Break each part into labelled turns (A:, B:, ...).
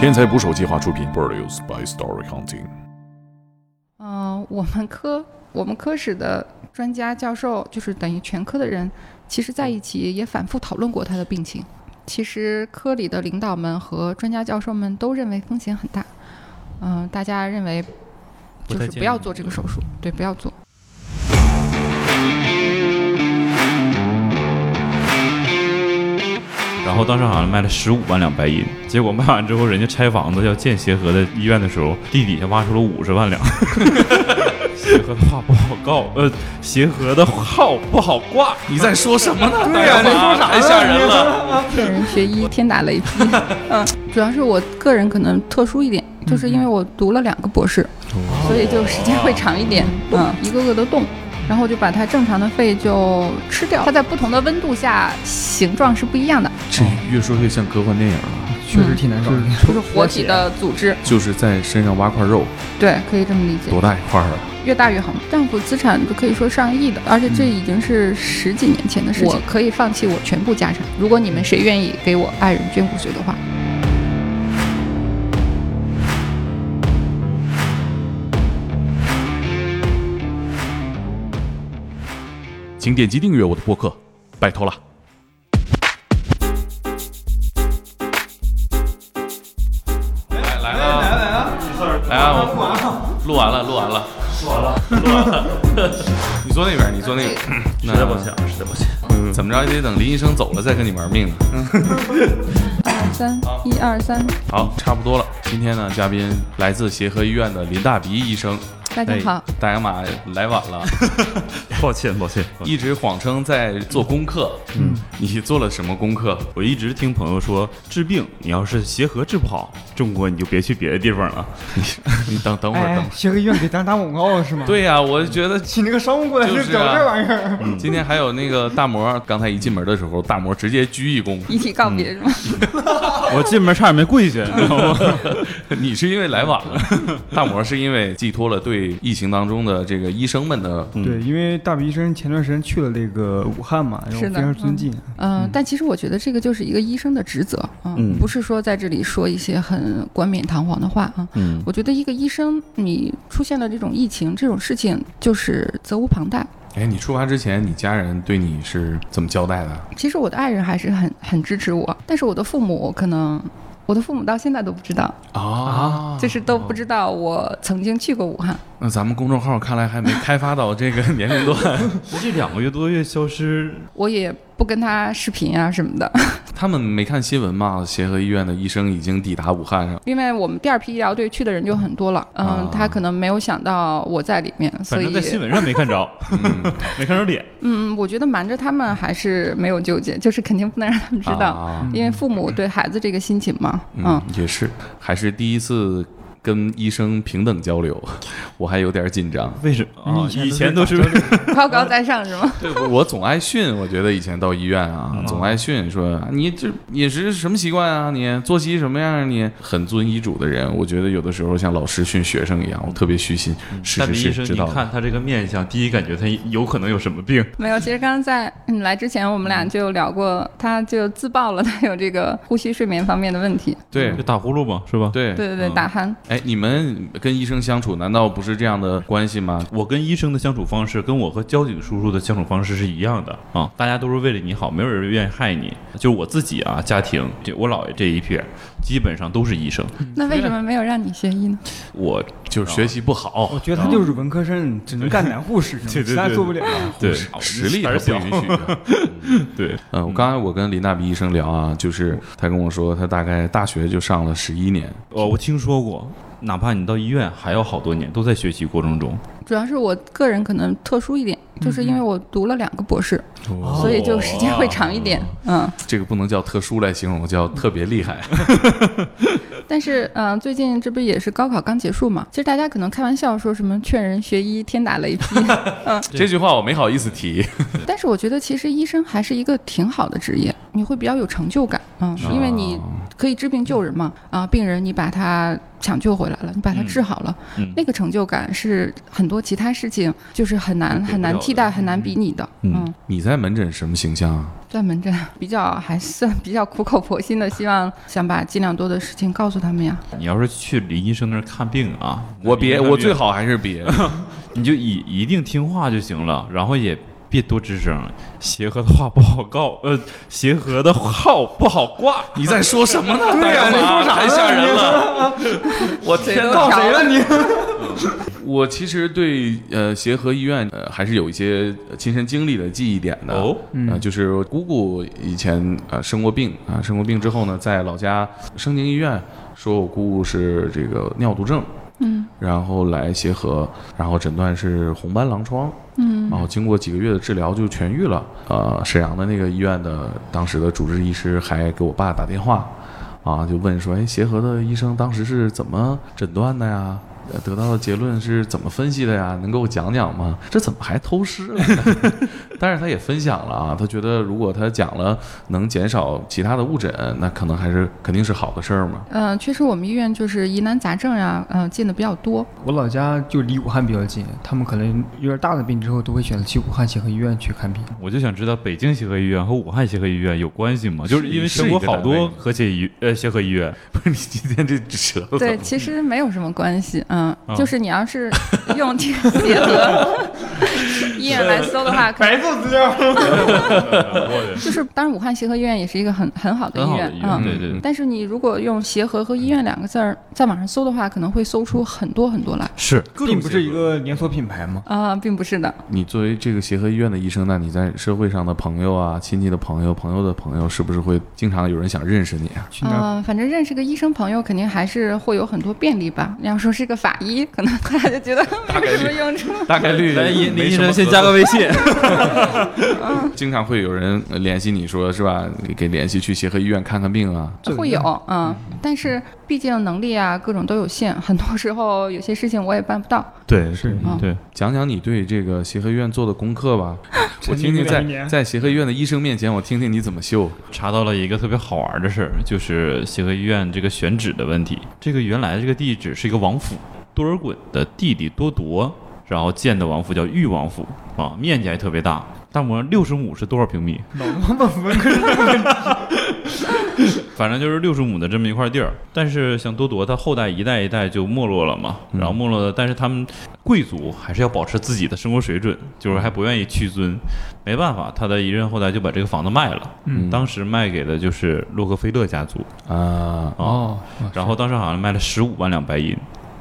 A: 天才捕手计划出品，Produced by Story Hunting。
B: 呃，我们科我们科室的专家教授，就是等于全科的人，其实在一起也反复讨论过他的病情。其实科里的领导们和专家教授们都认为风险很大，嗯、大家认为
C: 不
B: 就
C: 太
B: 是
C: 建
B: 不要
C: 议
B: 做这个手术，对，不要做。
C: 然后当时好像卖了十五万两白银，结果卖完之后，人家拆房子要建协和的医院的时候，地底下挖出了五十万两。 协和的话不好告，呃，协和的号不好挂。
A: 你在说什么呢？
C: 对呀、你说啥？太吓人了。
B: 骗人学医，天打雷劈。嗯，主要是我个人可能特殊一点，就是因为我读了两个博士，所以就时间会长一点。嗯，一个个的动，然后就把它正常的肺就吃掉。它在不同的温度下形状是不一样的，
A: 这越说越像科幻电影了，
D: 哦确实挺难搞的。
E: 嗯
B: 就是活体的组织。
A: 就是在身上挖块肉，
B: 对，可以这么理解，
A: 多大一块儿啊？
B: 越大越好嘛。丈夫资产都可以说上亿的，而且这已经是十几年前的事情。我可以放弃我全部家产，如果你们谁愿意给我爱人捐骨髓的话。
A: 请点击订阅我的播客，拜托了。
C: 来了，来了，
E: 哎
C: 来啊！我录完了，录完了，
E: 你坐那边，你坐那边。嗯
C: 实在抱歉，实在抱嗯歉。
E: 怎么着也得等林医生走了再跟你玩命呢。
B: 三一二三，
E: 好，差不多了。今天呢，嘉宾来自协和医院的林大鼻医生。
B: 大家好。
E: 大洋马来晚 了，
C: 抱歉，抱歉。一
E: 一直谎称在做功课。嗯，你做了什么功课？
C: 我一直听朋友说，治病你要是协和治不好，中国你就别去别的地方了。
E: 你等等会儿，等
D: 哎
E: 会，儿。
D: 协和医院给咱打广告是吗？，
E: 对呀、我觉 得
D: 请那个商务过来
E: 就
D: 就是整
E: 啊
D: 这玩意儿。
E: 今天还有那个大魔，刚才一进门的时候，大魔直接鞠一躬。
B: 遗体告别是吗？
C: 我进门差点没跪 下，你知道吗？
E: 你是因为来晚了， 大魔是因为寄托了对疫情当中的这个医生们的
D: 对，因为大鼻医生前段时间去了那个武汉嘛，然后
B: 是
D: 非
B: 的
D: 常尊敬。
B: 嗯、但其实我觉得这个就是一个医生的职责啊，
C: 嗯
B: 不是说在这里说一些很冠冕堂皇的话啊。
C: 嗯，
B: 我觉得一个医生，你出现了这种疫情这种事情，就是责无旁贷。
E: 哎，你出发之前，你家人对你是怎么交代的？
B: 其实我的爱人还是很很支持我，但是我的父母可能，我的父母到现在都不知道，
E: 啊
B: 就是都不知道我曾经去过武汉。
E: 那咱们公众号看来还没开发到这个年龄 段，
C: 这两个月多月消失，
B: 我也不跟他视频啊什么的，
E: 他们没看新闻嘛？协和医院的医生已经抵达武汉上，
B: 因为我们第二批医疗队去的人就很多了，嗯，
E: 啊
B: 他可能没有想到我在里面，所以
C: 反正在新闻上没看着，没看着脸。
B: 嗯，我觉得瞒着他们还是没有纠结，就是肯定不能让他们知道，
E: 啊、
B: 因为父母对孩子这个心情嘛，嗯，
E: 嗯，也是，还是第一次跟医生平等交流，我还有点紧张。
C: 为什么啊？
D: 以
C: 以
D: 前
C: 前
D: 都
C: 都
D: 是
C: 是
B: 高高在上是吗？
E: 对，我我总挨训，我觉得以前到医院啊，
C: 嗯
E: 总挨训说啊你这饮食什么习惯啊，你作息什么样啊，你很遵医嘱的人，我觉得有的时候像老师训学生一样，我特别虚心。
C: 嗯
E: 是
C: 但
E: 是
C: 是
E: 是
C: 医生，
E: 知道
C: 你
E: 的。
C: 看他这个面相，第一感觉他有可能有什么病。
B: 没有，其实刚刚在你来之前，我们俩就聊过，他就自曝了他有这个呼吸睡眠方面的问题，
E: 对
C: 就打呼噜嘛，是吧？。
E: 对
B: 对对对，
C: 嗯
B: 打鼾。
E: 哎，你们跟医生相处难道不是这样的关系吗？
C: 我跟医生的相处方式，跟我和交警叔叔的相处方式是一样的啊，大家都是为了你好，没有人愿意害你。就是我自己啊，家庭，就我姥爷这一片，基本上都是医生。
B: 那为什么没有让你学医呢？
C: 我
E: 就是学习不好，
D: 我觉得他
C: 啊
D: 就是文科生，只能干男护士，
C: 对对
D: 其他
C: 对
D: 做不了。
C: 对
E: 实力
C: 还
E: 还
C: 是
E: 是
C: 小
E: 不，允许的。
C: 对，
E: 嗯，我刚才我跟林大鼻医生聊啊，就是他跟我说，他大概大学就上了十一年，
C: 呃我我听说过，哪怕你到医院还要好多年，都在学习过程中。
B: 主要是我个人可能特殊一点，就是因为我读了两个博士，
D: 哦
B: 所以就时间会长一点，嗯。
E: 这个不能叫特殊来形容，叫特别厉 害。
B: 但是，嗯、最近这不也是高考刚结束嘛？其实大家可能开玩笑说什么劝人学医，天打雷劈。
E: 这句话我没好意思提。
B: 但是我觉得，其实医生还是一个挺好的职业，你会比较有成就感，嗯，
C: 啊
B: 因为你可以治病救人嘛，啊，病人你把他抢救回来了，你把他治好了，
C: 嗯
B: 那个成就感是很多其他事情就是很难
C: 给不
B: 很难
C: 了
B: 替代很难比拟的。
A: 嗯
B: 嗯，
E: 你在门诊什么形象啊？
B: 在门诊比较还算比较苦口婆心的，希 望想把尽量多的事情告诉他们呀。
C: 你要是去林医生那儿看病啊，
E: 我别，
C: 那你
E: 我最好还是别。
C: 你就一一定听话就行了，然后也别多吱声，协和的话不好告，呃，协和的号不好挂。
E: 你在 说什么呢？
D: 对呀、
E: 大
D: 你说
E: 妈
D: 啥呢？
E: 太吓人了！我天
D: 你
E: 哪！
D: 告谁了你？
E: 我其实对呃协和医院呃还是有一些呃亲身经历的记忆点的。
C: 哦，
E: 呃，就是我姑姑以前呃生过病啊，生过病之后呢，在老家盛宁医院说我姑姑是这个尿毒症，
B: 嗯
E: 然后来协和，然后诊断是红斑狼疮，
B: 嗯
E: 然后经过几个月的治疗就痊愈了。呃，沈阳的那个医院的当时的主治医师还给我爸打电话，啊，就问说，哎，协和的医生当时是怎么诊断的呀？呃得到的结论是怎么分析的呀？能给我讲讲吗？这怎么还偷师了呢？ 但是他也分享了啊，他觉得如果他讲了能减少其他的误诊，那可能还是肯定是好的事儿嘛。
B: 嗯、呃确实我们医院就是疑难杂症呀，嗯、进的比较多。
D: 我老家就离武汉比较近，他们可能有点大的病之后，都会选择去武汉协和医院去看病。
C: 我就想知道北京协和医院和武汉协和医院有关系吗？就是因为
E: 是
C: 全国
E: 是一个
C: 好
E: 单位
C: 多
E: 吗
C: 和谐医呃协和医院，
E: 不是你今天这舌头 怎
B: 对，
E: 么
B: 其实没有什么关系，嗯，
C: 啊
B: 就是你要是用这个结合医院来搜的话，可能
D: 做资料。
B: 就是当然武汉协和医院也是一个很很好的医
C: 很好
B: 院
C: 的医，
B: 嗯
C: 院，。对对。对
B: 但是你如果用“协和”和“医院”两个字儿在网上搜的话，可能会搜出很多很多来。
C: 是，
D: 并不是一个连锁品牌吗？
B: 啊、并不是的，
E: 你作为这个协和医院的医生，那你在社会上的朋友啊、亲戚的朋友、朋友的朋友，是不是会经常有人想认识你啊？
D: 去那儿
B: 嗯，反正认识个医生朋友，肯定还是会有很多便利吧。你要说是个法医，可能大家就觉得没有什么用处。
E: 大概率
C: 来，林
E: 没
C: 林医
E: 什
C: 生
E: 么
C: 先
E: 合
C: 加个微信。
E: 经常会有人呃联系你说是吧？给给联系去协和医院看看病啊。
D: 这个
B: 会有，嗯，但是毕竟能力啊，各种都有限，很多时候有些事情我也办不到。
C: 对，
D: 是
B: 嗯
C: 对，
E: 讲讲你对这个协和医院做的功课 吧，我
D: 沉
E: 听
D: 迷
E: 听
D: 了
E: 在
D: 一年
E: 在协和医院的医生面前，我听听你怎么秀。
C: 查到了一个特别好玩的事儿，就是协和医院这个选址的问题。这个原来这个地址是一个王府，多尔衮的弟弟多铎，然后建的王府叫裕王府啊，面积还特别大，大模六十亩是多少平米？
D: 老他妈文科生
C: 反正就是六十亩的这么一块地儿。但是像多铎，他后代一代一代就没落了嘛，
E: 嗯
C: 然后没落了，但是他们贵族还是要保持自己的生活水准，就是还不愿意屈尊，没办法，他的一任后代就把这个房子卖了，
D: 嗯
C: 当时卖给的就是洛克菲勒家族。
E: 啊
D: 哦，
C: 然后当时好像卖了十五万两白银，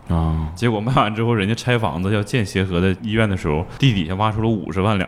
E: 啊！
C: 结果卖完之后，人家拆房子要建协和的医院的时候，地底下挖出了五十万两，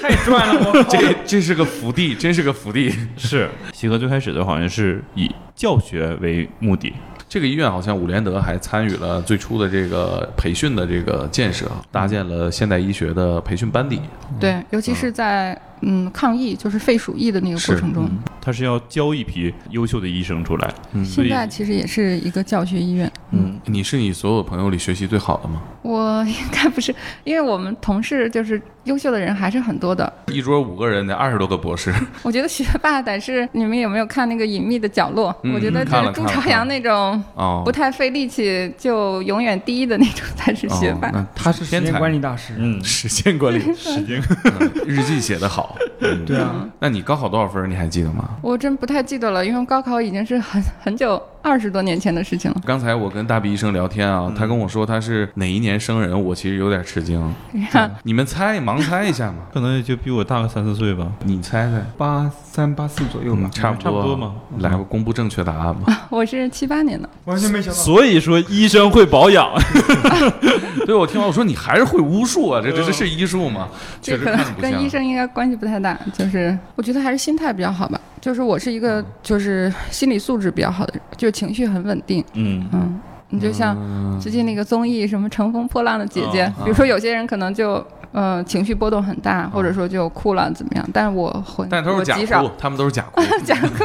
D: 太赚了，我靠！
E: 这这是个福地，真是个福地。
C: 是协和最开始的好像是以教学为目的，
E: 这个医院好像伍连德还参与了最初的这个培训的这个建设，搭建了现代医学的培训班底。
B: 对，尤其是在嗯抗疫，就是废鼠疫的那个过
E: 啊是
B: 程中，
C: 他是要教一批优秀的医生出来，
E: 嗯
C: 所
B: 现
C: 以
B: 在其实也是一个教学医院。
E: 嗯，你是你所有朋友里学习最好的吗？
B: 我 应该不是，因为我们同事就是优秀的人还是很多的。
E: 一桌五个人的二十多个博士，
B: 我觉得学霸得是你们有没有看那个《隐秘的角落》？
E: 嗯
B: 我觉得就
E: 看
B: 是
E: 了
B: 朱
E: 看了
B: 朝阳那种
E: 哦
B: 不，太费力气就永远第一的那种才是学霸。
E: 哦那他是
D: 时
E: 天
D: 间
E: 才，
D: 管理大师。
C: 嗯，
E: 时间管理，
C: 时间
E: 日记写得好。嗯
D: 对啊，
E: 那你高考多少分儿？你还记得吗？
B: 我真不太记得了，因为高考已经是很很久二十多年前的事情了。
E: 刚才我跟大鼻医生聊天
D: 嗯
E: 啊，他跟我说他是哪一年生人，我其实有点 吃惊。
B: 你看，
E: 你们猜，盲猜一下嘛？
C: 可能也就比我大个三四岁吧，
E: 你猜猜，
D: 八三八四左右吧，
E: 差
C: 差不
E: 多
C: 多嘛。
D: 嗯
E: 来，我公布正确答案吧。
B: 我是七八年的，
D: 完全没想到。
C: 所以说医生会保养，
E: 对，我听完我说你还是会巫术啊，这这这
C: 嗯
E: 是医术吗？确
B: 这
E: 实
B: 可
E: 看着
B: 能
E: 不
B: 跟医
E: 像。啊
B: 生应该关系不太大。就是我觉得还是心态比较好吧。就是我是一
E: 嗯
B: 个就是心理素质比较好的人，就是情绪很稳定。
C: 嗯，
B: 嗯，你就像
E: 嗯
B: 最近那个综艺什么《乘风破浪的姐姐》
E: 嗯
B: 比如说有些人可能就呃情绪波动很大，或者说就哭了怎么样，但我会，
E: 哦但都是
B: 我
E: 假
B: 极少
E: 哭，他们都是假哭，
B: 假哭，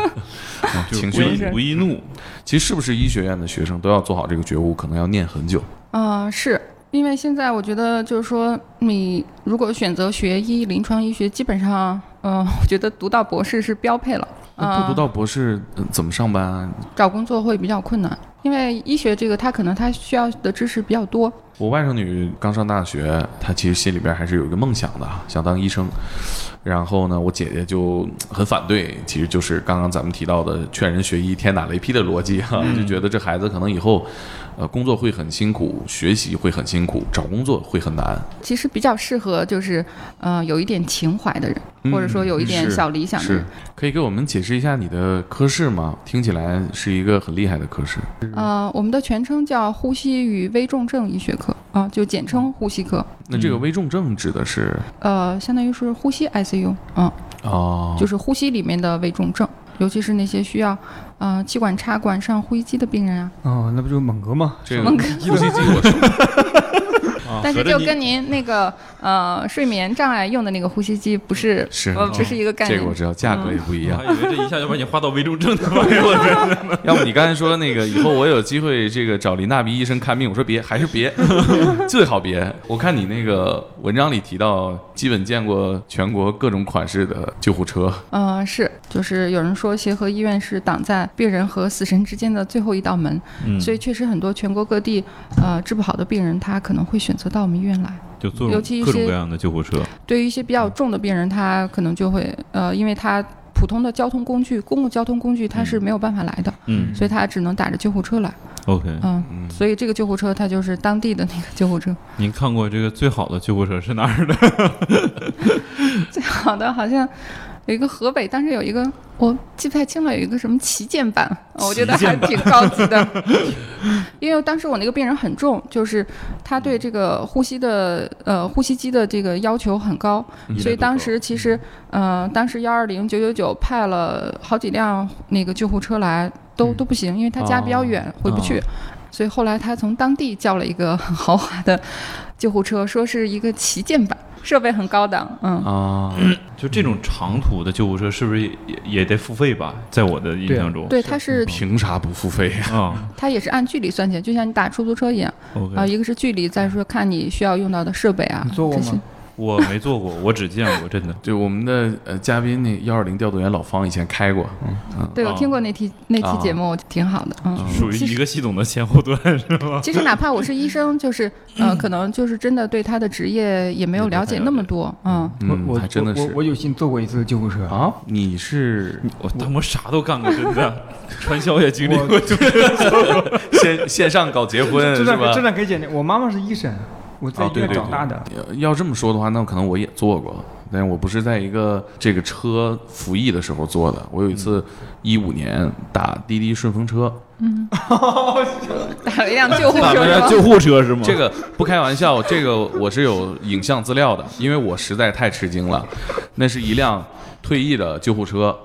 E: 嗯
C: 就是
E: 情
C: 不
E: 绪
C: 易不易怒，
E: 其实是不是医学院的学生都要做好这个觉悟，可能要念很久。
B: 嗯、是。因为现在我觉得，就是说，你如果选择学医，临床医学基本上，嗯、我觉得读到博士是标配了。
E: 那不
B: 呃
E: 读到博士、呃怎么上班啊？
B: 找工作会比较困难，因为医学这个它可能它需要的知识比较多，
E: 我外甥女刚上大学，她其实心里边还是有一个梦想的，啊想当医生。然后呢，我姐姐就很反对，其实就是刚刚咱们提到的劝人学医天打雷劈的逻辑哈、就觉得这孩子可能以后，呃，工作会很辛苦，学习会很辛苦，找工作会很难。
B: 其实比较适合就是呃有一点情怀的人，
E: 嗯
B: 或者说有一点
E: 是
B: 小理想的
E: 是
B: 人。，
E: 可以给我们解释一下你的科室吗？听起来是一个很厉害的科室。
D: 嗯
B: 呃，我们的全称叫呼吸与危重症医学科啊、就简称呼吸科。
E: 那这个
C: 嗯
E: 危重症指的是
B: 呃，相当于是呼吸 ICU，嗯，
E: 哦，
B: 就是呼吸里面的危重症，尤其是那些需要呃气管插管上呼吸机的病人啊。
D: 哦，那不就是猛哥吗？
E: 这个
B: 蒙哥
E: 呼吸机我是
C: 啊
B: 但是
C: 合着
B: 就
C: 你
B: 跟您那个呃睡眠障碍用的那个呼吸机不是
E: 是
B: 呃不是一个概
E: 这
B: 念
E: 个我。知道，价格也不一
C: 我
E: 样
C: 还。以为这一下就把你划到危重症的范围了。
E: 要不你刚才说那个，以后我有机会这个找林大鼻医生看病，我说别，还是别，最好别。我看你那个文章里提到，基本见过全国各种款式的救护车，
B: 呃，是，就是有人说协和医院是挡在病人和死神之间的最后一道门，
C: 嗯
B: 所以确实很多全国各地呃治不好的病人，他可能会选择到我们医院来。
C: 就各
B: 尤
C: 种
B: 其一
C: 各种
B: 些
C: 各样的救护车，
B: 对于一些比较重的病人，他可能就会呃，因为他普通的交通工具、公共交通工具他是没有办法来的，
C: 嗯
B: 所以他只能打着救护车来。
C: ，OK。
B: 嗯，
E: 嗯，
B: 所以这个救护车它就是当地的那个救护车。
C: 您看过这个最好的救护车是哪儿的？
B: 最好的好像有一个河北，当时有一个我记不太清了，有一个什么旗舰版，我觉得还挺高级的。 因为当时我那个病人很重，就是他对这个呼吸的呃呼吸机的这个要求很高，所以当时其实呃当时幺二零九九九派了好几辆那个救护车来，都都不行，因为他家比较远，回不去。所以后来他从当地叫了一个 很豪华的救护车，说是一个旗舰版，设备很高档，嗯，
E: 啊，
C: 就这种长途的救护车是不是也也也得付费吧？在我的印象中，
B: 对，它哦是嗯
E: 凭啥不付费呀？
C: 啊
B: 它也是按距离算钱，就像你打出租车一样
C: 嗯，OK，
B: 啊，一个是距离，再说看你需要用到的设备啊
D: 你坐过
B: 这些
D: 吗。
C: 我没坐过，我只见 过，真的。
E: 对，我们的呃嘉宾那幺二零调度员老方以前开过，
B: 对，我
C: 啊
B: 听过那期那期节目，我觉得挺好的，啊嗯。
C: 属于一个系统的前后 端是吧？
B: 其实哪怕我是医生，就是呃，可能就是真的对他的职业也没有了解那么多，嗯，
E: 嗯，
D: 我我
E: 还真的
D: 我
E: 是
D: 我有幸坐过一次救护车，
E: 啊，你是
C: 我他妈啥都干过，真 的，传销也经历过
D: 我，
E: 线线上搞 结婚
D: 这
E: 是
D: 段
E: 吧
D: 这？段可以简单。我妈妈是医生，我在
E: 啊
D: 医
E: 对
D: 院
E: 对
D: 长
E: 对
D: 大的，
E: 呃要这么说的话，那可能我也做过，但是我不是在一个这个车服役的时候做的。我有一次一五年打滴滴顺风车，
B: 打了一辆救护车是吧，
C: 护车是吗
E: 这个不开玩笑，这个我是有影像资料的，因为我实在太吃惊了。那是一辆退役的救护车，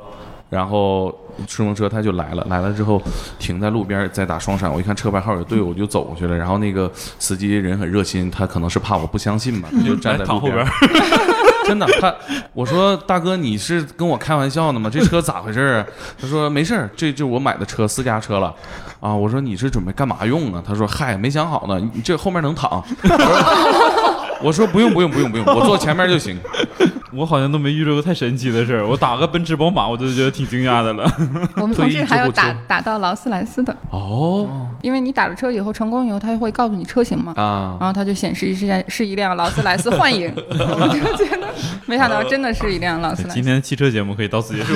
E: 然后顺风车他就来了，来了之后停在路边在打双闪，我一看车牌号有队，我就走过去了。然后那个司机人很热心，他可能是怕我不相信吧，他就站在
C: 躺
E: 路
C: 后边
E: 边
C: 儿。
E: 真的，他我说大哥，你是跟我开玩笑呢吗？这车咋回事儿啊？他说没事儿，这就我买的车，私家车了。啊，我说你是准备干嘛用啊？他说嗨，没想好呢，你这后面能躺。 我说我说不用不用不用不用，我坐前面就行。
C: 我好像都没遇到过太神奇的事儿。我打个奔驰、宝马，我都觉得挺惊 讶的了。
B: 我们同事还有打
C: 退役救护
B: 打到劳斯莱斯的，
E: 哦
B: 因为你打了车以后成功以后，他会告诉你车型嘛，
E: 啊
B: 然后它就显示是一辆是一辆劳斯莱斯幻影， 我就觉得没想到真的是一辆劳斯莱斯。
C: 今天的汽车节目可以到此 结束。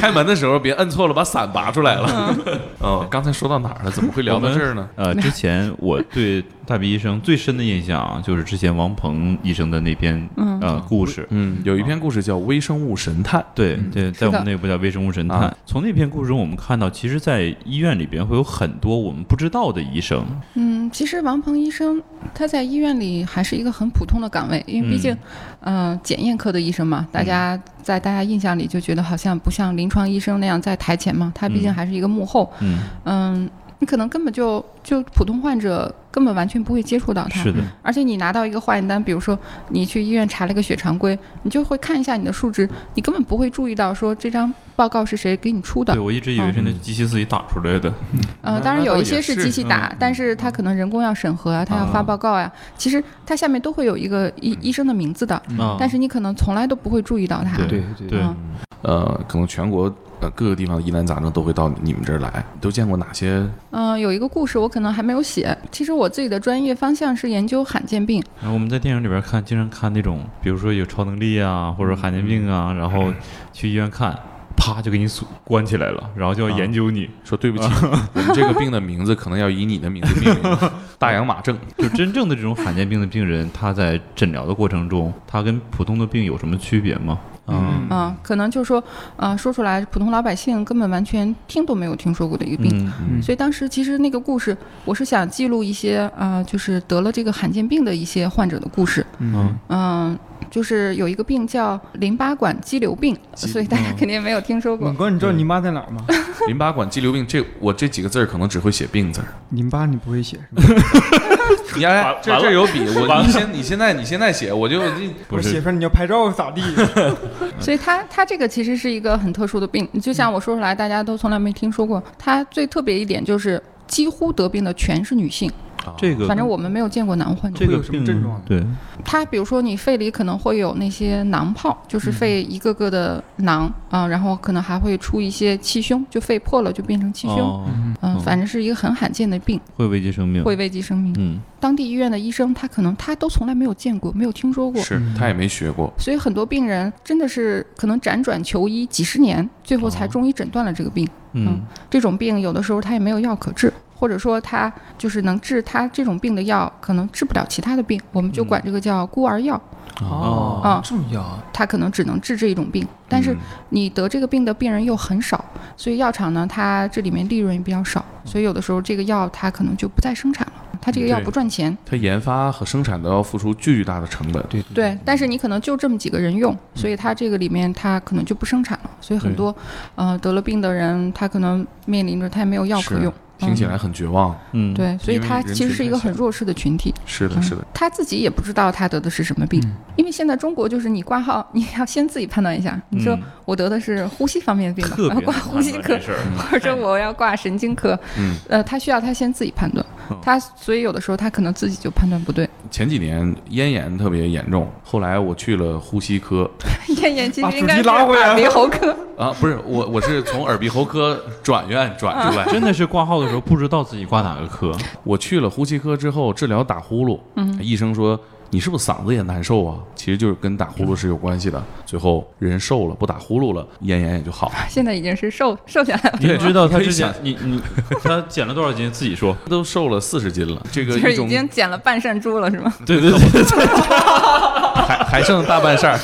E: 开门的时候别摁错了，把伞拔出来了。 哦，刚才说到哪儿了？怎么会聊到这儿呢？
C: 呃，之前我对大鼻医生最深的印象啊，就是之前王鹏医生的那篇
B: 嗯
C: 呃故事。
E: 嗯，有一篇故事叫《微生物神探》。
C: 对对，在
B: 嗯
C: 我
B: 的
C: 们内部叫微生物神探
E: 啊。
C: 从那篇故事中，我们看到，其实，在医院里边会有很多我们不知道的医生。
B: 嗯，其实王鹏医生他在医院里还是一个很普通的岗位，因为毕竟，
C: 嗯
B: 呃，检验科的医生嘛，大家在大家印象里就觉得好像不像临床医生那样在台前嘛，他毕竟
C: 嗯
B: 还是一个幕后，
C: 嗯，
B: 嗯，你可能根本就就普通患者根本完全不会嗯接触到他，
C: 是的，
B: 而且你拿到一个化验单，比如说你去医院查了一个血常规，你就会看一下你的数值，你根本不会注意到说这张报告是谁给你出的
C: 对。我一直以为是那机器自己打出来的。
B: 呃，当然有一些是机器打，
C: 嗯
B: 但是它可能人工要审核啊，它要发报告呀、其实它下面都会有一个医医生的名字的，
C: 嗯啊
B: 但是你可能从来都不会注意到它。
C: 对
D: 对对
C: 对
B: 嗯
E: 呃，可能全国的各个地方的疑难杂症都会到你们这儿来。都见过哪些？
B: 嗯、有一个故事我可能还没有写。其实我自己的专业方向是研究罕见病，
C: 然后我们在电影里边看，经常看那种，比如说有超能力啊，或
B: 嗯
C: 者罕见病啊，然后去医院看，啪就给你锁关起来了，然后就要研
B: 啊
C: 究你，
E: 说对不起，我们这个病的名字可能要以你的名字命名，大洋马症。
C: 就真正的这种罕见病的病人，他在诊疗的过程中，他跟普通的病有什么区别吗？啊
E: 嗯
B: 嗯、可能就是说，呃，说出来普通老百姓根本完全听都没有听说过的一个病。
C: 嗯
E: 嗯
B: 所以当时其实那个故事，我是想记录一些啊、呃就是得了这个罕见病的一些患者的故事。
C: 嗯
B: 嗯、就是有一个病叫淋巴管肌瘤病，所以大
C: 嗯
B: 家肯定没有听说过
D: 猛。哥，你知道淋巴在哪儿吗？
E: 淋巴管肌瘤病，这我这几个字儿可能只会写病字儿。
D: 淋巴你不会写是吧？
E: 你哎
C: 完，
E: 这
C: 完了
E: 这有笔，我你先你现在你现在写，我就这
C: 不
D: 我
C: 是
D: 写出来你要拍照咋地？
B: 所以它它这个其实是一个很特殊的病，就像我说出来，大家都从来没听说过。它最特别一点就是。几乎得病的全是女性，
E: 啊
C: 这个
B: 反正我们没有见过男患者
C: 这。
D: 会
C: 个
D: 有什么
C: 病
D: 症状呢
C: 对，
B: 它比如说你肺里可能会有那些囊泡，就是肺
C: 嗯
B: 一个个的囊啊、然后可能还会出一些气胸，就肺破了就变成气胸，
C: 哦
D: 嗯
B: 嗯
C: 嗯，
B: 反正是一个很罕见的病，
C: 会危及生命，
B: 会危及生命。
C: 嗯，
B: 当地医院的医生他可能他都从来没有见过，没有听说过，嗯
E: 是他也没学过，
B: 所以很多病人真的是可能辗转求医几十年，最后才
C: 哦
B: 终于诊断了这个病。
C: 嗯
B: 嗯这种病有的时候他也没有药可治，或者说他就是能治他这种病的药，可能治不了其他的病，我们就管这个叫孤儿药，
D: 哦，重要啊，
B: 它可能只能治这一种病。但是
E: 嗯
B: 你得这个病的病人又很少，所以药厂呢，它这里面利润也比较少，所以有的时候这个药它可能就不再生产了，它这个药
C: 对
B: 不赚钱。
E: 他研发和生产都要付出巨大的成本。
D: 对
B: 对，但是你可能就这么几个人用，所以它这个里面它可能就不生产了，所以很
E: 对
B: 多，呃，得了病的人他可能面临着他也没有药可
E: 是
B: 用，
E: 听起来很绝望。
C: 嗯，
B: 对，所以
E: 因为
B: 他
E: 人
B: 其实
E: 群
B: 是一
E: 太
B: 个
E: 小
B: 很弱势的群体，
E: 是的，
B: 嗯
E: 是的，
B: 他自己也不知道他得的是什么病，因为现在中国就是你挂号，你要先自己判断一下，你说
C: 嗯
B: 我得的是呼吸方面的病吧，
C: 特
B: 我要
C: 别
B: 挂
C: 难
B: 呼吸
C: 判断
B: 科
C: 这，事儿
B: 或者我要挂神经科，
E: 嗯。
B: 呃，他需要他先自己判断，他所以有的时候他可能自己就判断不对。
E: 前几年咽炎特别严重，后来我去了呼吸科
B: 咽炎其
D: 把
B: 实
D: 主
B: 应该
D: 题
B: 是
D: 拉回来
B: 耳
D: 了
B: 鼻喉科，
E: 啊，不是我，我是从耳鼻喉科 转院转
B: 啊
E: 出来。
C: 真的是挂号的时候不知道自己挂哪个科，
E: 我去了呼吸科之后治疗打呼噜，
B: 嗯
E: 医生说你是不是嗓子也难受啊？其实就是跟打呼噜是有关系的。最后人瘦了，不打呼噜了，咽炎也就好了。
B: 现在已经是瘦 瘦下来了，
C: 你知道他
E: 可以
C: 之前
E: 想
C: 你你他减了多少斤？自己说，
E: 都瘦了四十斤了，这个
B: 就是
E: 一种
B: 已经减了半扇猪了，是吗？
C: 对对对，
E: 还还剩大半扇儿。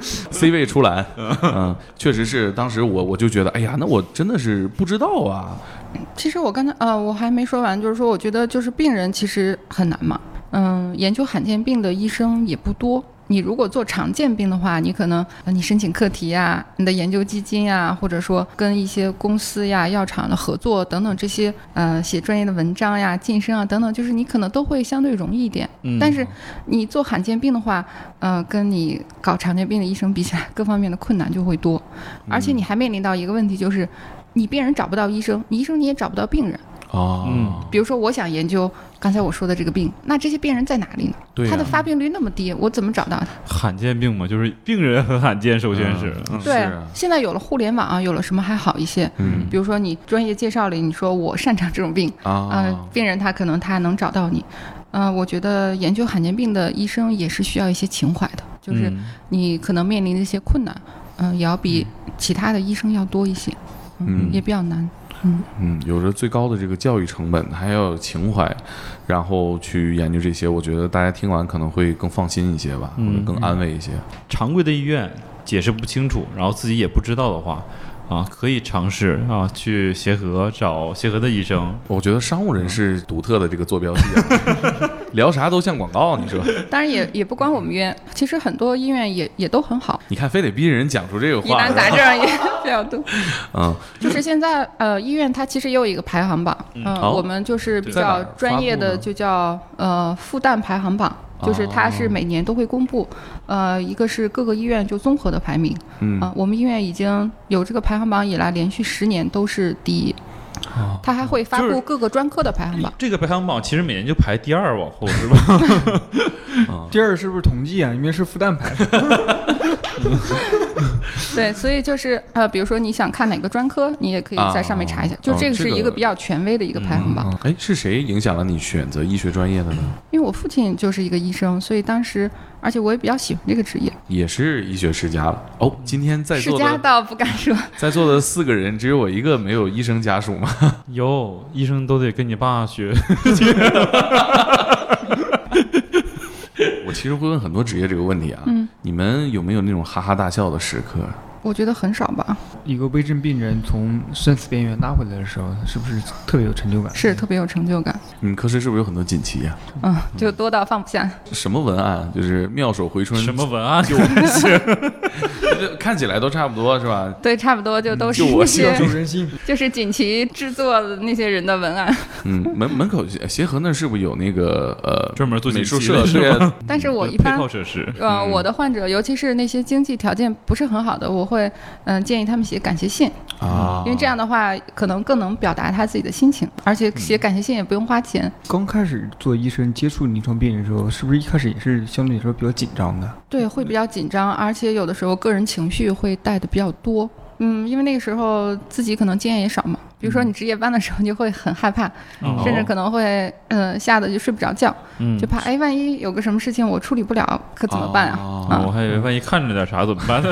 E: C 位出栏，嗯，确实是，当时我我就觉得，哎呀，那我真的是不知道啊，
B: 其实我刚才呃，我还没说完，就是说，我觉得就是病人其实很难嘛。嗯，研究罕见病的医生也不多。你如果做常见病的话，你可能呃你申请课题呀、你的研究基金呀、或者说跟一些公司呀、药厂的合作等等这些，呃，写专业的文章呀、晋升啊等等，就是你可能都会相对容易一点。
C: 嗯
B: 但是你做罕见病的话，呃，跟你搞常见病的医生比起来，各方面的困难就会多，
E: 嗯
B: 而且你还面临到一个问题，就是你病人找不到医生，你医生你也找不到病人。
E: 啊，
C: 嗯
B: 比如说，我想研究刚才我说的这个病，那这些病人在哪里呢？
E: 对呀、
B: 他的发病率那么低，我怎么找到他？
C: 罕见病嘛，就是病人很罕见，首先是，嗯
E: 是啊
B: 现在有了互联网啊，有了什么还好一些。
E: 嗯
B: 比如说，你专业介绍里，你说我擅长这种病，
E: 啊，
B: 嗯、病人他可能他能找到你。嗯、我觉得研究罕见病的医生也是需要一些情怀的，就是
C: 嗯
B: 你可能面临的一些困难，嗯、也要比其他的医生要多一些，
E: 嗯
B: 也比较难。
E: 嗯，有着最高的这个教育成本，还要有情怀，然后去研究这些，我觉得大家听完可能会更放心一些吧，
C: 嗯
E: 或者更安慰一些。
C: 常规的医院解释不清楚，然后自己也不知道的话，啊，可以尝试啊去协和找协和的医生，
E: 我觉得商务人士独特的这个坐标系、啊， 聊啥都像广告，你说？
B: 当然也也不光我们医院，其实很多医院也也都很好，
E: 你看，非得逼人讲出这个
B: 疑
E: 话
B: 难
E: 来，
B: 杂症也 比较多。
E: 嗯，
B: 就是现在呃，医院它其实也有一个排行榜，嗯、
E: 好
B: 我们就是比
E: 在哪
B: 较
E: 儿
B: 专业
E: 发布
B: 的，
E: 呢
B: 就叫呃复旦排行榜。就是它
E: 哦
B: 是每年都会公布，呃，一个是各个医院就综合的排名，
E: 嗯
B: 啊、我们医院已经有这个排行榜以来，连续十年都是第一，
E: 哦
B: 它还会发
C: 就是
B: 布各个专科的排行 榜，
C: 这个排行榜其实每年就排第二往后是 吧？
D: 第二是不是统计啊？因为是复旦排的，
B: 对，所以就是呃，比如说你想看哪个专科，你也可以在上面查一下
E: 啊，
B: 就
E: 哦
B: 这个
E: 这
B: 是一
E: 个
B: 个比较权威的一个排行榜。
E: 嗯哎，是谁影响了你选择医学专业的 呢？
B: 因为我父亲就是一个医生，所以当时，而且我也比较喜欢这个职业。
E: 也是医学世家了。哦，今天在
B: 世
E: 座
B: 家
E: 的
B: 倒不敢说，
E: 在座的四个人，只有我一个没有医生家属嘛。
C: 有医生都得跟你爸学，
E: 我其实会问很多职业这个问题啊。
B: 嗯，
E: 你们有没有那种哈哈大笑的时刻？
B: 我觉得很少吧，
D: 一个危重病人从生死边缘拉回来的时候，是不是特别有成就感？
B: 是特别有成就感，
E: 你们科室是不是有很多锦旗呀、
B: 嗯，就多到放不下。
E: 什么文案？啊就是妙手回春，
C: 什么文 案
E: 就我就 看起来都差不多是吧？
B: 对，差不多就都是
E: 嗯就我
B: 那些，
D: 救人心。
B: 就是锦旗制作的那些人的文案。
E: 嗯，门门口协和那儿是不是有那个呃
C: 专门做
E: 美
C: 锦
E: 术
C: 旗
E: 社？
C: 的是
E: 对啊，
B: 但是我一
C: 配
B: 般
C: 套，设施，
B: 呃，
E: 嗯
B: 我的患者，尤其是那些经济条件不是很好的，我会嗯、建议他们写感谢信，
E: 啊
B: 因为这样的话可能更能表达他自己的心情，而
E: 嗯
B: 且写感谢信也不用花钱。
D: 刚开始做医生接触临床病人的时候，是不是一开始也是相对来说比较紧张的？
B: 对，
E: 嗯
B: 会比较紧张，而且有的时候个人情绪会带的比较多。嗯，因为那个时候自己可能经验也少嘛，比
E: 嗯
B: 如说你值夜班的时候，你就会很害怕，
E: 哦
C: 嗯
B: 甚至可能会嗯、呃吓得就睡不着觉，
C: 嗯
B: 就怕哎万一有个什么事情我处理不了，可怎么办啊？
E: 啊？
C: 我还以为万一看着点啥怎么办呢？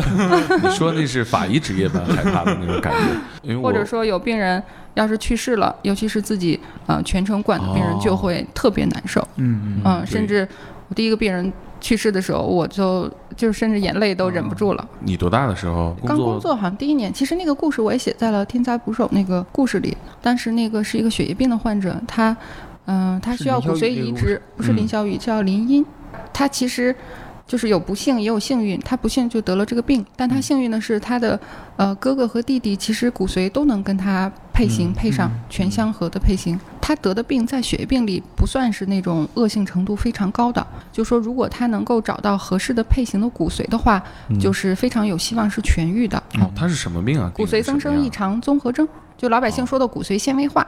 E: 你说那是法医职业班害怕的那种感觉，因为我
B: 或者说有病人要是去世了，尤其是自己呃全程管的病人，就
E: 哦
B: 会特别难受。
D: 嗯
B: 嗯，
E: 对
B: 甚至我第一个病人去世的时候，我就就是甚至眼泪
E: 哦
B: 都忍不住了。
E: 你多大的时候
B: 刚工作好像第一年，其实那个故事我也写在了《天才捕手》那个故事里。但是那个是一个血液病的患者，他，嗯、他
D: 是
B: 需要
D: 林
B: 骨
D: 小
B: 髓
D: 雨那个
B: 移
D: 故
B: 植，不是林
E: 嗯
B: 小雨，叫林音。他其实就是有不幸也有幸运，他不幸就得了这个病，但他幸运的是他的呃哥哥和弟弟其实骨髓都能跟他配型、
C: 嗯
B: 配上
D: 嗯
B: 全相合的配型。他得的病在血液病里不算是那种恶性程度非常高的，就说如果他能够找到合适的配型的骨髓的话，就是非常有希望是痊愈的。
E: 哦，他是什么病啊？
B: 嗯骨髓增生异
E: 常，
B: 常综合征，就老百姓说的骨髓纤维化。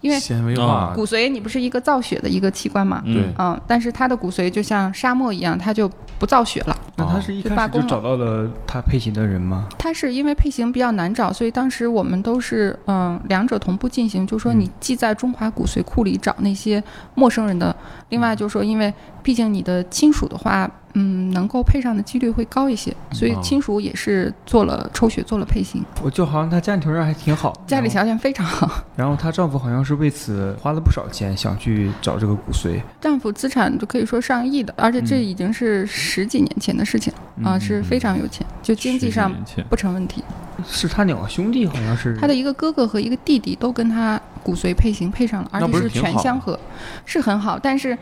B: 因为
E: 纤维化
B: 骨髓你不是一个造血的一个器官嘛，
E: 对
C: 嗯
B: 嗯，但是它的骨髓就像沙漠一样，它就不造血了。
D: 那他是一
B: 就罢
D: 开始
B: 工
D: 就
B: 了
D: 找到了他配型的人吗？
B: 它是因为配型比较难找，所以当时我们都是嗯、两者同步进行，就说你既在中华骨髓库里找那些陌生人的，另外就是说，因为毕竟你的亲属的话，嗯，能够配上的几率会高一些，所以
E: 哦
B: 亲属也是做了抽血做了配型，
D: 我就好像他家庭条件还挺好，
B: 家里
D: 然后
B: 条件非常好。
D: 然后她丈夫好像是为此花了不少钱，想去找这个骨髓。
B: 丈夫资产就可以说上亿的，而且这已经是十几年前的事情了啊、是非常有钱，就经济上
C: 十几年前
B: 不成问题。
D: 是他两个兄弟好像是
E: 嗯
B: 他的一个哥哥和一个弟弟都跟他骨髓配型配上了，而
E: 那
B: 且
E: 不是挺
B: 全
E: 好
B: 相
E: 吗
B: 合，是很好。但是，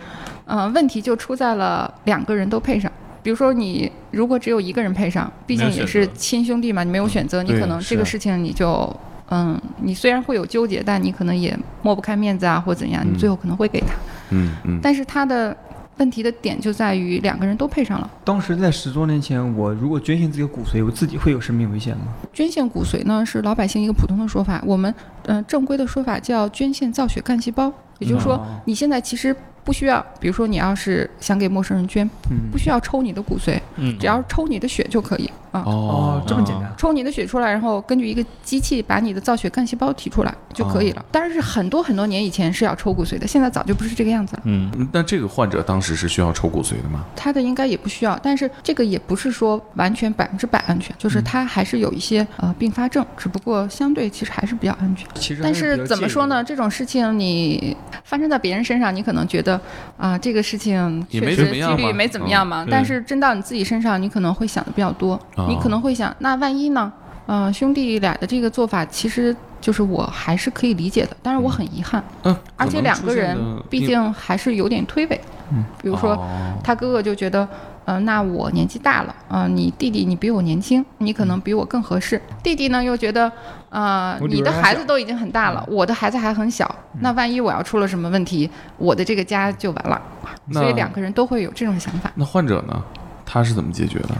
B: 呃，问题就出在了两个人都配上。比如说，你如果只有一个人配上，毕
C: 没
B: 竟也
C: 有选
B: 是
C: 择
B: 亲兄弟嘛，你没有选择，你
E: 嗯对
B: 可能这个
E: 是
B: 事
E: 啊
B: 情你就，嗯，你虽然会有纠结，但你可能也抹不开面子啊，或怎样，你最
E: 嗯
B: 后可能会给他。
E: 嗯嗯，
B: 但是他的问题的点就在于两个人都配上了。
D: 当时在十多年前，我如果捐献自己的骨髓，我自己会有生命危险吗？
B: 捐献骨髓呢是老百姓一个普通的说法，我们嗯、呃正规的说法叫捐献造血干细胞，也就是说
D: 哦
B: 你现在其实不需要，比如说你要是想给陌生人捐，
D: 嗯
B: 不需要抽你的骨髓，
C: 嗯
B: 只要抽你的血就可以啊。
D: 哦
E: 哦，
D: 这么简单。
B: 抽你的血出来，然后根据一个机器把你的造血干细胞提出来就可以了。但是很多很多年以前是要抽骨髓的，现在早就不是这个样子了。
C: 嗯，
E: 那这个患者当时是需要抽骨髓的吗？
B: 他的应该也不需要，但是这个也不是说完全百分之百安全，就是他还是有一些呃并发症，只不过相对其实还是比较安全。
D: 其实还
B: 但
D: 比
B: 是
D: 较
B: 怎么说呢？
D: 介
B: 这种事情你发生在别人身上，你可能觉得啊、这个事情
E: 也
B: 确
E: 没
B: 实
E: 怎么
B: 几
E: 样
B: 率
E: 嘛
B: 没怎么样嘛。
C: 嗯
B: 但
C: 对
B: 是真到你自己身上，你可能会想的比较多，你
E: 哦
B: 可能会想，那万一呢？呃，兄弟俩的这个做法，其实就是我还是可以理解的，但是我很遗憾，
E: 嗯，
B: 而且两个人
E: 可能出现的
B: 毕
E: 病，
B: 竟还是有点推诿。
D: 嗯，
B: 比如说、
E: 哦
B: 他哥哥就觉得，呃，那我年纪大了，呃，你弟弟你比我年轻，你可能比我更合适。弟弟呢又觉得，呃，
D: 我女
B: 你的
D: 儿还
B: 孩
D: 小嗯
B: 子都已经很大了，我的孩子还很小，那万一我要出了什么问题，我的这个家就完了。
E: 那
B: 所以两个人都会有这种想法。
E: 那患者呢？他是怎么解决的？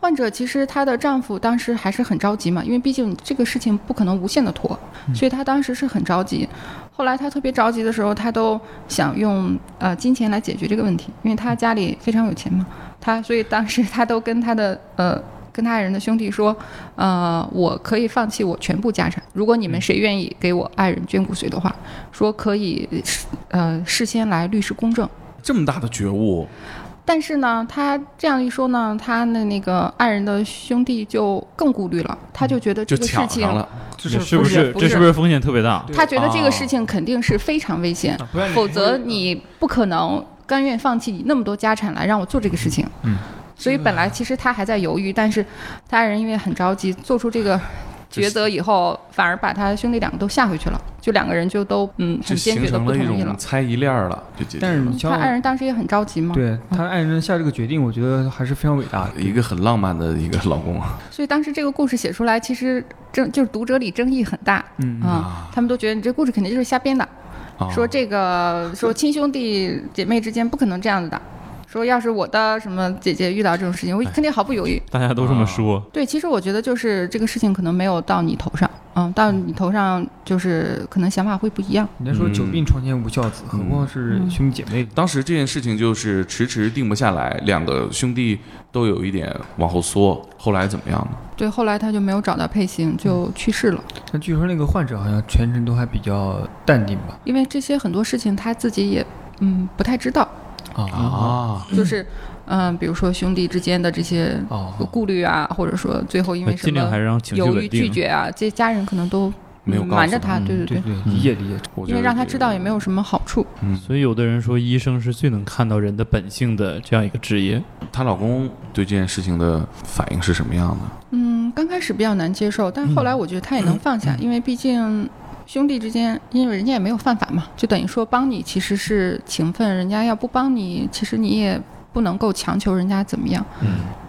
B: 患者其实她的丈夫当时还是很着急嘛，因为毕竟这个事情不可能无限的拖，所以她当时是很着急。后来她特别着急的时候，她都想用呃金钱来解决这个问题，因为她家里非常有钱嘛，她所以当时她都跟她的呃跟他爱人的兄弟说，呃，我可以放弃我全部家产，如果你们谁愿意给我爱人捐骨髓的话，说可以，呃，事先来律师公证。
E: 这么大的觉悟，
B: 但是呢，他这样一说呢，他的那个爱人的兄弟就更顾虑了，他就觉得
E: 就
B: 这个事
E: 抢
B: 情
E: 上，了。
D: 这
C: 这
D: 是
C: 是不
B: 是不
C: 这
B: 是
C: 是不是风险特别大？
B: 他觉得这
E: 啊
B: 个事情肯定是非常危险，
D: 啊不要
B: 否则你不可能甘愿放弃你那么多家产来让我做这个事情。
D: 嗯，
B: 所以本来其实他还在犹豫，但是他爱人因为很着急，做出这个
E: 就是
B: 抉择以后，反而把他兄弟两个都吓回去了，就两个人就都嗯
E: 就
B: 很坚
E: 形
B: 决的
E: 成
B: 不
E: 了一
B: 同意
E: 种
B: 了。
E: 猜疑链儿了，就解决
D: 但是
E: 了
D: 你像
B: 他爱人当时也很着急嘛，
D: 对他爱人下这个决定，我觉得还是非常伟大的。
E: 一个很浪漫的一个老公啊，
B: 所以当时这个故事写出来，其实争就是读者里争议很大
D: 嗯，
B: 啊，他们都觉得你这故事肯定就是瞎编的，
E: 啊
B: 说这个说亲兄弟姐妹之间不可能这样子的，说要是我的什么姐姐遇到这种事情，我
C: 哎
B: 肯定毫不犹豫。
C: 大家都这么说，
B: 对，其实我觉得就是这个事情可能没有到你头上，嗯，到你头上就是可能想法会不一样。
D: 人家说
E: 嗯
D: 久病床前无孝子，何况是
B: 嗯
D: 兄弟姐妹？
E: 当时这件事情就是迟迟定不下来，两个兄弟都有一点往后缩。后来怎么样呢？
B: 对，后来他就没有找到配
C: 嗯
B: 型，就去世了。
D: 但据说那个患者好像全程都还比较淡定吧？
B: 因为这些很多事情他自己也嗯不太知道，
D: 啊
E: 啊，
B: 就是嗯、比如说兄弟之间的这些
D: 哦，
B: 顾虑啊，或者说最后因为什
C: 尽量还
B: 么
C: 是让情绪
B: 犹
C: 稳
B: 豫拒
C: 定。
B: 绝啊，这家人可能都
E: 没有
B: 嗯
E: 告诉
B: 瞒着他，
D: 嗯
B: 对对
D: 对
B: 对，
D: 对，理解理解。
E: 我觉
B: 因为
E: 得
B: 让他
E: 这个
B: 知道也没有什么好处。
E: 嗯，
C: 所以有的人说，医生是最能看到人的本性的这样一个职业。
E: 她老公对这件事情的反应是什么样的？
B: 嗯，刚开始比较难接受，但后
E: 嗯
B: 来我觉得他也能放下，因为毕竟兄弟之间，因为人家也没有犯法嘛，就等于说帮你其实是情分，人家要不帮你，其实你也不能够强求人家怎么样。
C: 嗯，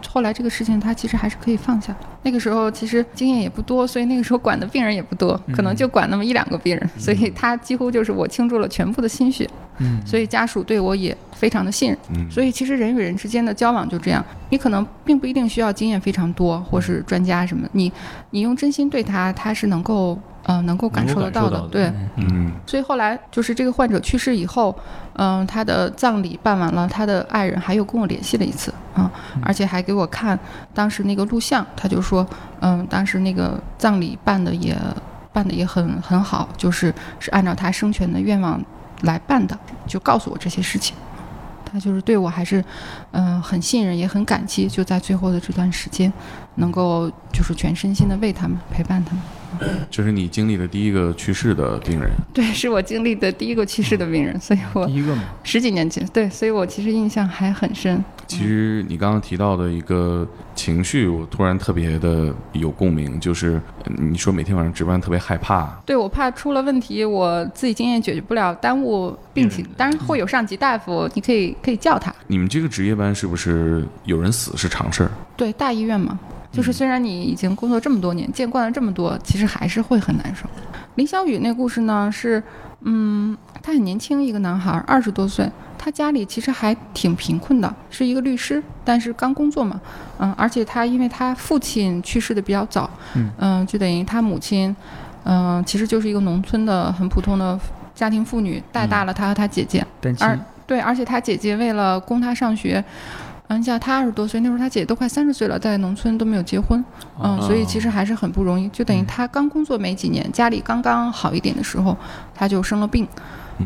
B: 后来这个事情他其实还是可以放下的。那个时候其实经验也不多，所以那个时候管的病人也不多，可
E: 嗯
B: 能就管那么一两个病人，所以他几乎就是我倾注了全部的心血，
D: 嗯，
B: 所以家属对我也非常的信任。
E: 嗯，
B: 所以其实人与人之间的交往就这样，你可能并不一定需要经验非常多或是专家什么，你你用真心对他，他是能够呃能够感
C: 能够
B: 受得
C: 感受
B: 到的，
C: 到的
B: 对。
E: 嗯，
B: 所以后来就是这个患者去世以后，嗯、他的葬礼办完了，他的爱人还有跟我联系了一次啊、而且还给我看当时那个录像，他就说，嗯、当时那个葬礼办的也办的也很很好，就是是按照他生前的愿望来办的，就告诉我这些事情。他就是对我还是，嗯、很信任，也很感激，就在最后的这段时间，能够就是全身心的为他们陪伴他们。
E: 这是你经历的第一个去世的病人，
B: 对，是我经历的第一个去世的病人，所以我
D: 第一个嘛，
B: 十几年前，对，所以我其实印象还很深。
E: 其实你刚刚提到的一个情绪，我突然特别的有共鸣，就是呃你说每天晚上值班特别害怕，
B: 对我怕出了问题，我自己经验解决不了，耽误病情
C: 病人。
B: 当然会有上级大夫，你可以可以叫他。
E: 你们这个值夜班是不是有人死是常事儿？
B: 对，大医院嘛，就是虽然你已经工作这么多年，见惯了这么多，其实还是会很难受。林小雨那故事呢，是嗯，他很年轻，一个男孩，二十多岁，他家里其实还挺贫困的，是一个律师，但是刚工作嘛，嗯，而且他因为他父亲去世的比较早，
D: 嗯
B: 就等于他母亲，嗯、其实就是一个农村的很普通的家庭妇女，带大了他和他姐姐，
D: 单亲
B: 而对，而且他姐姐为了供他上学，嗯，你想他二十多岁，那时候他姐姐都快三十岁了，在农村都没有结婚，嗯，所以其实还是很不容易。就等于他刚工作没几年，家里刚刚好一点的时候，他就生了病，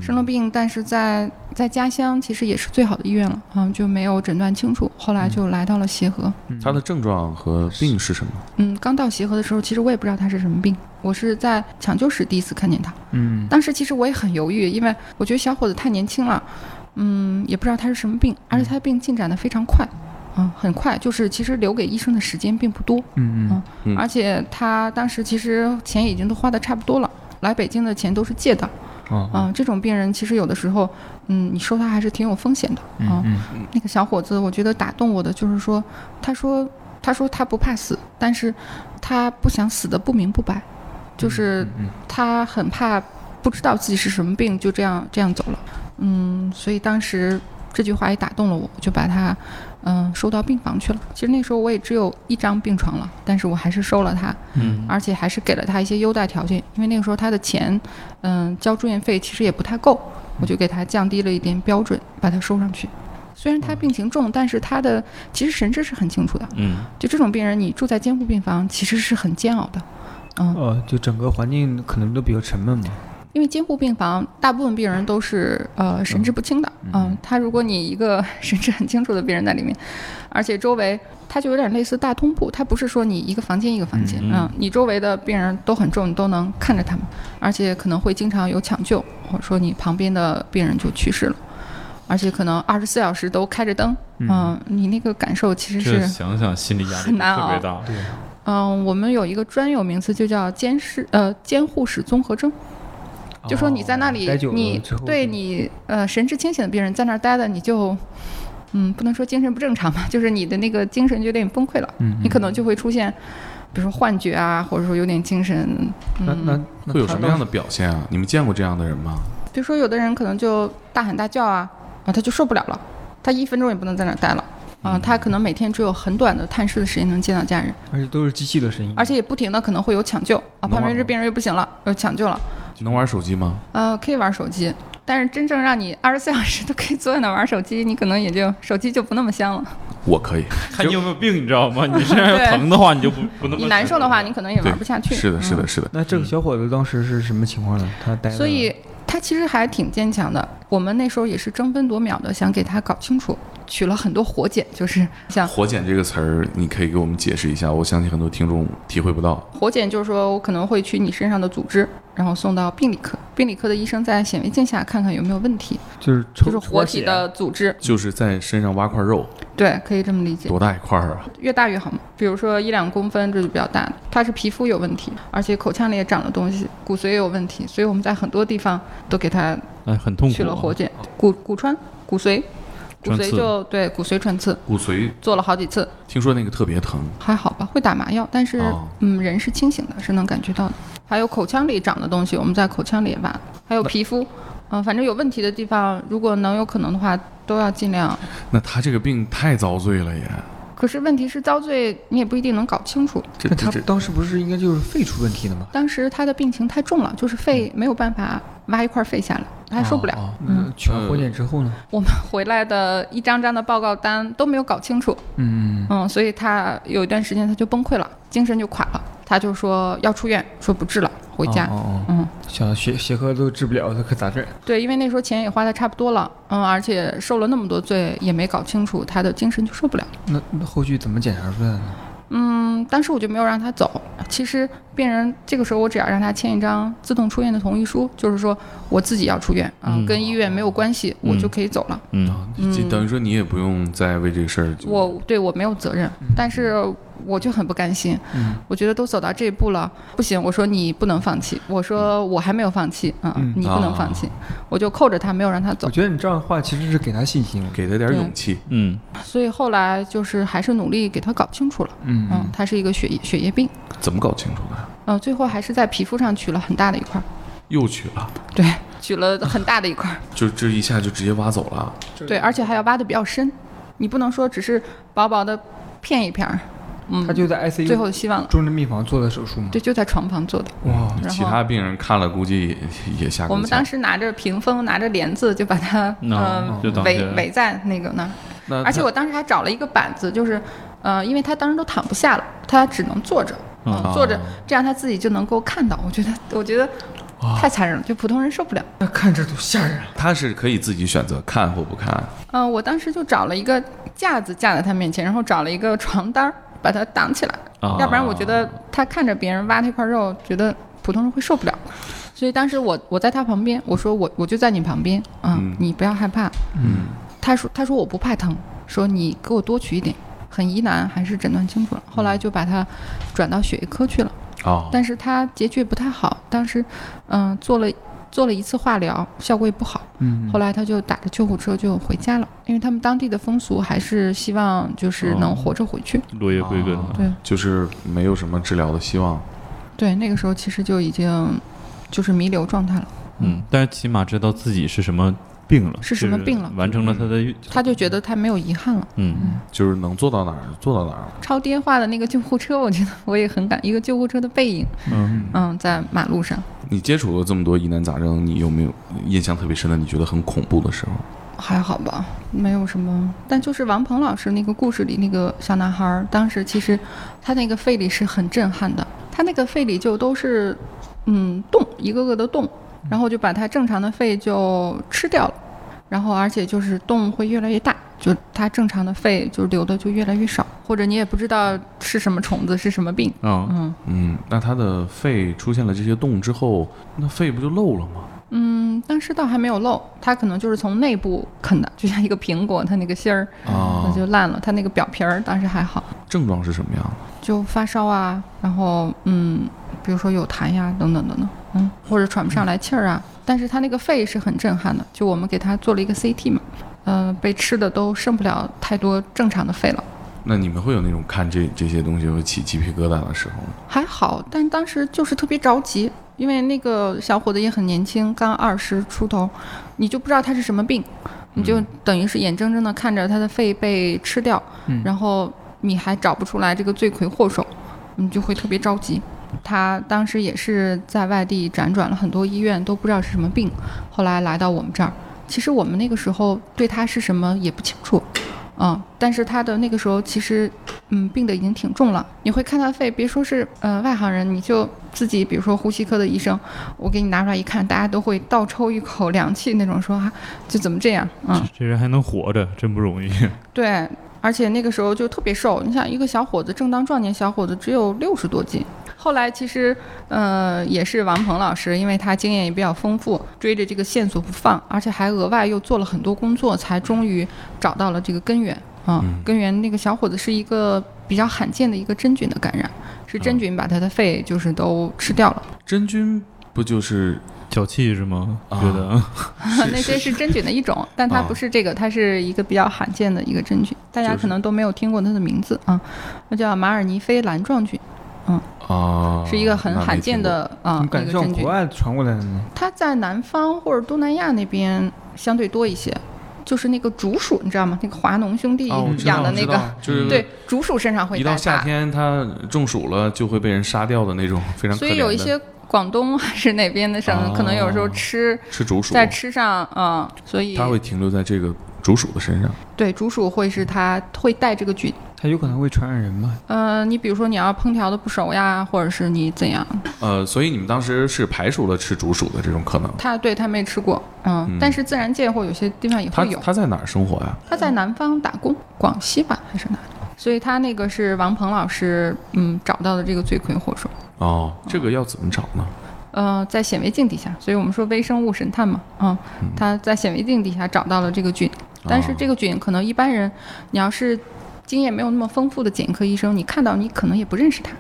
B: 生了病，但是在在家乡其实也是最好的医院了，嗯，就没有诊断清楚，后来就来到了协和。
D: 嗯
E: 他的症状和病是什么？
B: 嗯，刚到协和的时候，其实我也不知道他是什么病，我是在抢救室第一次看见他。
D: 嗯，
B: 当时其实我也很犹豫，因为我觉得小伙子太年轻了，嗯，也不知道他是什么病，而且
D: 嗯
B: 他的病进展的非常快，嗯，很快，就是其实留给医生的时间并不多，
D: 嗯嗯
E: 嗯
B: 而且他当时其实钱已经都花的差不多了。来北京的钱都是借的，
D: 哦
B: 嗯、这种病人其实有的时候，嗯，你收他还是挺有风险的，嗯
D: 嗯嗯
B: 那个小伙子，我觉得打动我的就是说，他说他说他不怕死，但是他不想死的不明不白，就是
D: 嗯
B: 他很怕不知道自己是什么病，就这样这样走了。嗯，所以当时这句话也打动了我，我就把他嗯、收到病房去了。其实那时候我也只有一张病床了，但是我还是收了他，
C: 嗯，
B: 而且还是给了他一些优待条件，因为那个时候他的钱嗯、交住院费其实也不太够，我就给他降低了一点标准，把他收上去。虽然他病情重，但是他的其实神志是很清楚的。
C: 嗯，
B: 就这种病人，你住在监护病房其实是很煎熬的。嗯，
D: 呃，就整个环境可能都比较沉闷嘛。
B: 因为监护病房大部分病人都是呃神志不清的。嗯、他如果你一个 神志很清楚的病人在里面，而且周围他就有点类似大通铺，他不是说你一个房间一个房间，
C: 嗯嗯
B: 你周围的病人都很重，你都能看着他们，而且可能会经常有抢救，或者说你旁边的病人就去世了。而且可能二十四小时都开着灯，嗯、你那个感受其实
C: 这
B: 是
C: 想想心理压力
B: 很难
C: 特别
B: 熬
C: 大。
B: 嗯，我们有一个专有名词，就叫监视呃监护室综合征，
D: 哦
B: 就说你在那里，
D: 待久了
B: 你
D: 之后
B: 对
D: 就
B: 你呃神志清醒的病人在那儿待着，你就嗯不能说精神不正常吧， 就是你的那个精神就有点崩溃了，
D: 嗯，
B: 你可能就会出现比如说幻觉啊，或者说有点精神，
D: 那
B: 嗯，
D: 那那
E: 会有
D: 他
E: 什么
D: 当
E: 样的表现啊？你们见过这样的人吗？
B: 比如说有的人可能就大喊大叫啊，啊他就受不了了，他一分钟也不能在那儿待了。啊、他可能每天只有很短的探视的时间能见到家人，
D: 而且都是机器的声音，
B: 而且也不停的可能会有抢救啊，
E: 能
B: 旁边
E: 吗
B: 这病人又不行了，又抢救了，
E: 能玩手机吗？
B: 呃，可以玩手机，但是真正让你二十四小时都可以坐在那玩手机，你可能也就手机就不那么香了。
E: 我可以。
C: 看你有没有病，你 知道吗？你身上要
B: 对
C: 疼的话，你就不不那么
B: 你难受的话，你可能也
E: 对
B: 玩不下去。
E: 是的，是的，
B: 嗯
E: 是的。
D: 那这个小伙子当时是什么情况呢？他待了
B: 所以他其实还挺坚强的。我们那时候也是争分夺秒的想给他搞清楚，取了很多活检，就是像
E: 活检这个词儿，你可以给我们解释一下，我相信很多听众体会不到。
B: 活检，就是说我可能会取你身上的组织，然后送到病理科，病理科的医生在显微镜下看看有没有问题，
D: 就是
B: 就
D: 抽
B: 是活体，
D: 抽血
B: 的组织，
E: 就是在身上挖块肉，
B: 对，可以这么理解。
E: 多大一块儿啊？
B: 越大越好嘛。比如说一两公分，这就比较大的。它是皮肤有问题，而且口腔里也长了东西，骨髓也有问题，所以我们在很多地方都给它
C: 哎，很痛苦啊。
B: 去了活检，骨骨穿、骨髓，骨
C: 穿
B: 髓
C: 刺
B: 就对骨髓穿刺，
E: 骨髓
B: 做了好几次，
E: 听说那个特别疼，
B: 还好吧，会打麻药，但是、
E: 哦
B: 嗯，人是清醒的，是能感觉到的。还有口腔里长的东西，我们在口腔里也挖了，还有皮肤，嗯、反正有问题的地方，如果能有可能的话，都要尽量。
E: 那他这个病太遭罪了也。
B: 可是问题是遭罪，你也不一定能搞清楚。
E: 这
D: 那他
E: 这
D: 当时不是应该就是肺出问题了吗？
B: 当时他的病情太重了，就是肺没有办法挖一块肺下来，他还受不了。
D: 嗯哦。哦那取完活检之后呢？
B: 我们回来的一张张的报告单都没有搞清楚，
D: 嗯，
B: 嗯，所以他有一段时间他就崩溃了，精神就垮了，他就说要出院，说不治了，回家。
D: 哦哦哦，
B: 嗯，
D: 想到协协和都治不了，他可咋整？
B: 对，因为那时候钱也花的差不多了，嗯，而且受了那么多罪，也没搞清楚，他的精神就受不了。
D: 那那后续怎么检查出来的呢？
B: 嗯，当时我就没有让他走。其实病人这个时候，我只要让他签一张自动出院的同意书，就是说我自己要出院啊、
C: 嗯
B: 跟医院没有关系，我就可以走了。
C: 嗯，
E: 这等于说你也不用再为这个事儿就。
B: 我对我没有责任，但是我就很不甘心。
D: 嗯
B: 我觉得都走到这一步了，不行，我说你不能放弃，我说我还没有放弃啊、
D: 嗯
B: 你不能放弃，我就扣着他，没有让他走
D: 我。觉得你这样的话其实是给他信心。
E: 给他点
B: 对
E: 勇气，
C: 嗯，
B: 所以后来就是还是努力给他搞清楚了，
D: 嗯
B: 嗯，他是一个血液血液病，
E: 怎么搞清楚的？
B: 嗯、最后还是在皮肤上取了很大的一块儿，
E: 又取了，
B: 对，取了很大的一块儿。
E: 就这一下就直接挖走了。
B: 对，而且还要挖的比较深，你不能说只是薄薄的片一片儿，嗯，
D: 他就在 ICU
B: 最后的希望了。
D: 重症病房做的手术吗？
B: 对，就在床旁做的。
D: 哇，
B: 然
E: 嗯其
B: 后
E: 他病人看了估计也也吓
B: 我
E: 够呛。
B: 们当时拿着屏风，拿着帘子，就把它
C: 那
B: 嗯
C: 就当
B: 围
C: 是
B: 围在那个那儿。
E: 那
B: 而且
E: 他
B: 我当时还找了一个板子，就是呃，因为他当时都躺不下了，他只能坐着，嗯、
E: 哦
C: 啊
B: 坐着，这样他自己就能够看到。我觉得，我觉得太残忍了，就普通人受不了。
D: 那看着都吓人。
E: 他是可以自己选择看或不看。
B: 嗯、我当时就找了一个架子架在他面前，然后找了一个床单儿把它挡起来。
C: 啊
B: 要不然我觉得他看着别人挖那块肉，觉得普通人会受不了。所以当时我我在他旁边，我说我我就在你旁边啊、
E: 嗯
B: 你不要害怕。
E: 嗯，
B: 他说他说我不怕疼，说你给我多取一点。很疑难，还是诊断清楚了。后来就把他转到血液科去了，
E: 嗯哦，
B: 但是他结局也不太好。当时，嗯、做了做了一次化疗，效果也不好。
D: 嗯，
B: 后来他就打着救护车就回家了，因为他们当地的风俗还是希望
E: 哦
B: 就是能活着回去。
C: 落叶归根了。
B: 对
E: 就是没有什么治疗的希望。
B: 对，那个时候其实就已经就是弥留状态了。
C: 嗯嗯，但是起码知道自己是什么病了，
B: 是什么病了
C: 就是完成了他的
B: 他就觉得他没有遗憾了。
C: 嗯
E: 就是能做到哪儿做到哪儿。
B: 超电话的那个救护车，我觉得我也很感，一个救护车的背影，
C: 嗯，
B: 嗯，在马路上，
E: 你接触过这么多疑难杂症，你有没有印象特别深的？你觉得很恐怖的时候？
B: 还好吧，没有什么。但就是王鹏老师那个故事里那个小男孩儿，当时其实他那个肺里是很震撼的，他那个肺里就都是嗯洞，一个个的洞，然后就把他正常的肺就吃掉了，然后而且就是洞会越来越大，就他正常的肺就流的就越来越少，或者你也不知道是什么虫子是什么病，
C: 啊，
B: 嗯。
E: 嗯，那他的肺出现了这些洞之后，那肺不就漏了吗？
B: 嗯，当时倒还没有漏，它可能就是从内部啃的，就像一个苹果，它那个芯儿
E: 啊
B: 那，就烂了，它那个表皮儿当时还好，
E: 症状是什么样的？
B: 就发烧啊，然后嗯，比如说有痰呀，等等等等，嗯，或者喘不上来气儿啊。但是它那个肺是很震撼的，就我们给它做了一个 CT 嘛，呃，被吃的都剩不了太多正常的肺了。
E: 那你们会有那种看这这些东西会起鸡皮疙瘩的时候吗？
B: 还好，但当时就是特别着急，因为那个小伙子也很年轻，刚二十出头，你就不知道他是什么病，你就等于是眼睁睁的看着他的肺被吃掉，
D: 嗯
B: 然后你还找不出来这个罪魁祸首，你就会特别着急。他当时也是在外地辗转了很多医院，都不知道是什么病，后来来到我们这儿。其实我们那个时候对他是什么也不清楚，嗯，但是他的那个时候其实嗯，病的已经挺重了。你会看他肺，别说是呃外行人，你就自己，比如说呼吸科的医生，我给你拿出来一看，大家都会倒抽一口凉气那种说，啊，就怎么这样？嗯，
C: 这人还能活着，真不容易。
B: 对。而且那个时候就特别瘦，你想一个小伙子，正当壮年小伙子只有六十多斤。后来其实，呃，也是王鹏老师，因为他经验也比较丰富，追着这个线索不放，而且还额外又做了很多工作，才终于找到了这个根源啊。根源那个小伙子是一个比较罕见的一个真菌的感染，是真菌把他的肺就是都吃掉了，
E: 真菌不就是
C: 脚气是吗？
E: 啊
C: 觉得
B: 啊那些是真菌的一种，但它
E: 啊
B: 不是这个，它是一个比较罕见的一个真菌，大家
E: 就是
B: 可能都没有听过它的名字啊，那叫马尔尼非蓝状菌。
E: 啊？
B: 是一个很
E: 那没
B: 罕见
E: 听过
B: 的啊、
D: 你
B: 一
D: 感
B: 个
D: 觉
B: 真
D: 向
B: 菌
D: 国。外传过来的呢？
B: 它在南方或者东南亚那边相对多一些，就是那个竹鼠，你知道吗？那个华农兄弟
E: 啊我知道
B: 养的
E: 我知
B: 那个，
E: 道就是
B: 对， 竹鼠身上会
E: 一到
B: 带
E: 夏
B: 大，
E: 天它中暑了就会被人杀掉的那种， 非常可
B: 所
E: 怜的
B: 以有一些广东还是哪边的省，
E: 哦
B: 可能有时候吃
E: 吃竹鼠，
B: 在吃上，嗯，所以
E: 它会停留在这个竹鼠的身上。
B: 对竹鼠会是它会带这个菌。
D: 它有可能会传染人吗？
B: 呃，你比如说你要烹调的不熟呀，或者是你怎样，
E: 呃，所以你们当时是排除了吃竹鼠的这种可能。
B: 它对它没吃过，嗯，
E: 嗯
B: 但是自然界或有些地方也
E: 它
B: 会有。
E: 它在哪儿生活呀？
B: 他在南方打工，广西吧还是哪里？所以他那个是王鹏老师，嗯，找到的这个罪魁祸首，
E: 哦，这个要怎么找呢？
B: 呃，在显微镜底下，所以我们说微生物神探嘛，嗯，哦他在显微镜底下找到了这个菌，但是这个菌可能一般人，你要是经验没有那么丰富的检科医生，你看到你可能也不认识他，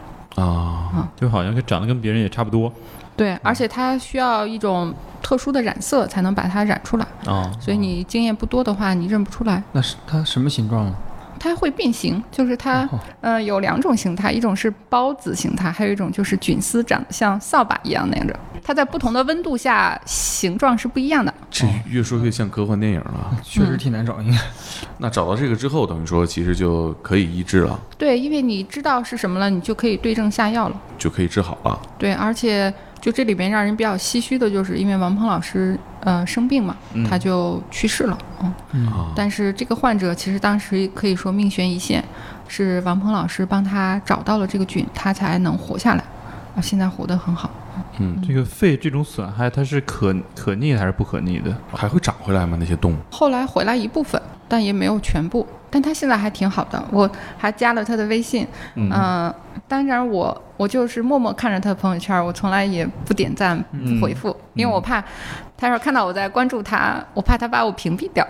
B: 哦
E: 啊，
C: 就好像跟长得跟别人也差不多
B: 对，而且它需要一种特殊的染色才能把它染出来，
C: 啊。
B: 所以你经验不多的话，你认不出来。
D: 那是它什么形状了？
B: 它会变形，就是它、
D: 哦
B: 呃有两种形态，一种是孢子形态，还有一种就是菌丝长得像扫把一样那样的。它在不同的温度下形状是不一样的。
E: 这啊越说越像科幻电影了。
D: 确实挺难找，应该。
B: 嗯
E: 那找到这个之后，等于说其实就可以医治了，
B: 对，因为你知道是什么了，你就可以对症下药了。
E: 就可以治好了。
B: 对，而且就这里边让人比较唏嘘的就是，因为王鹏老师呃生病嘛，他就去世了。嗯，
E: 啊，
B: 但是这个患者其实当时可以说命悬一线，是王鹏老师帮他找到了这个菌，他才能活下来。啊，现在活得很好。
E: 嗯，
C: 这个肺这种损害，它是可可逆还是不可逆的？
E: 还会长回来吗？那些洞？
B: 后来回来一部分，但也没有全部。但他现在还挺好的，我还加了他的微信。嗯、当然我我就是默默看着他的朋友圈，我从来也不点赞、不回复，因为我怕他要是看到我在关注他，我怕他把我屏蔽掉。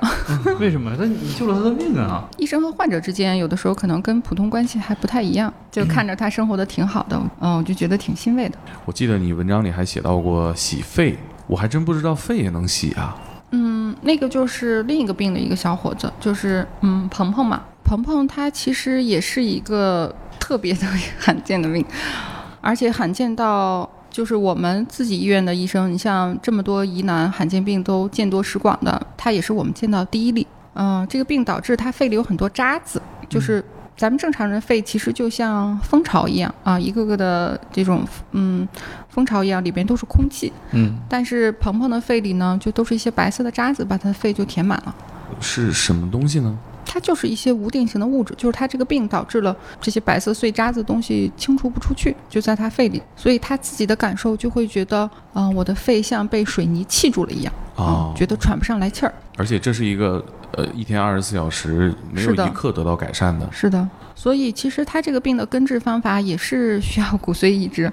C: 为什么？那你救了他的命啊！
B: 医生和患者之间有的时候可能跟普通关系还不太一样，就看着他生活的挺好的，嗯，我就觉得挺欣慰的。
E: 我记得你文章里还写到过洗肺，我还真不知道肺也能洗啊。
B: 嗯，那个就是另一个病的一个小伙子，就是嗯，鹏鹏嘛。鹏鹏他其实也是一个特别特别罕见的病，而且罕见到就是我们自己医院的医生，你像这么多疑难罕见病都见多识广的，他也是我们见到第一例。嗯、这个病导致他肺里有很多渣子，就是咱们正常人肺其实就像蜂巢一样啊，一个个的这种嗯蜂巢一样，里边都是空气。
E: 嗯，
B: 但是鹏鹏的肺里呢，就都是一些白色的渣子，把他的肺就填满了。
E: 是什么东西呢？
B: 它就是一些无定型的物质，就是它这个病导致了这些白色碎渣子的东西清除不出去，就在他肺里，所以他自己的感受就会觉得，嗯、我的肺像被水泥砌住了一样，
E: 哦
B: 嗯，觉得喘不上来气儿。
E: 而且这是一个呃一天二十四小时没有
B: 是的
E: 一刻得到改善的。
B: 是的，所以其实他这个病的根治方法也是需要骨髓移植，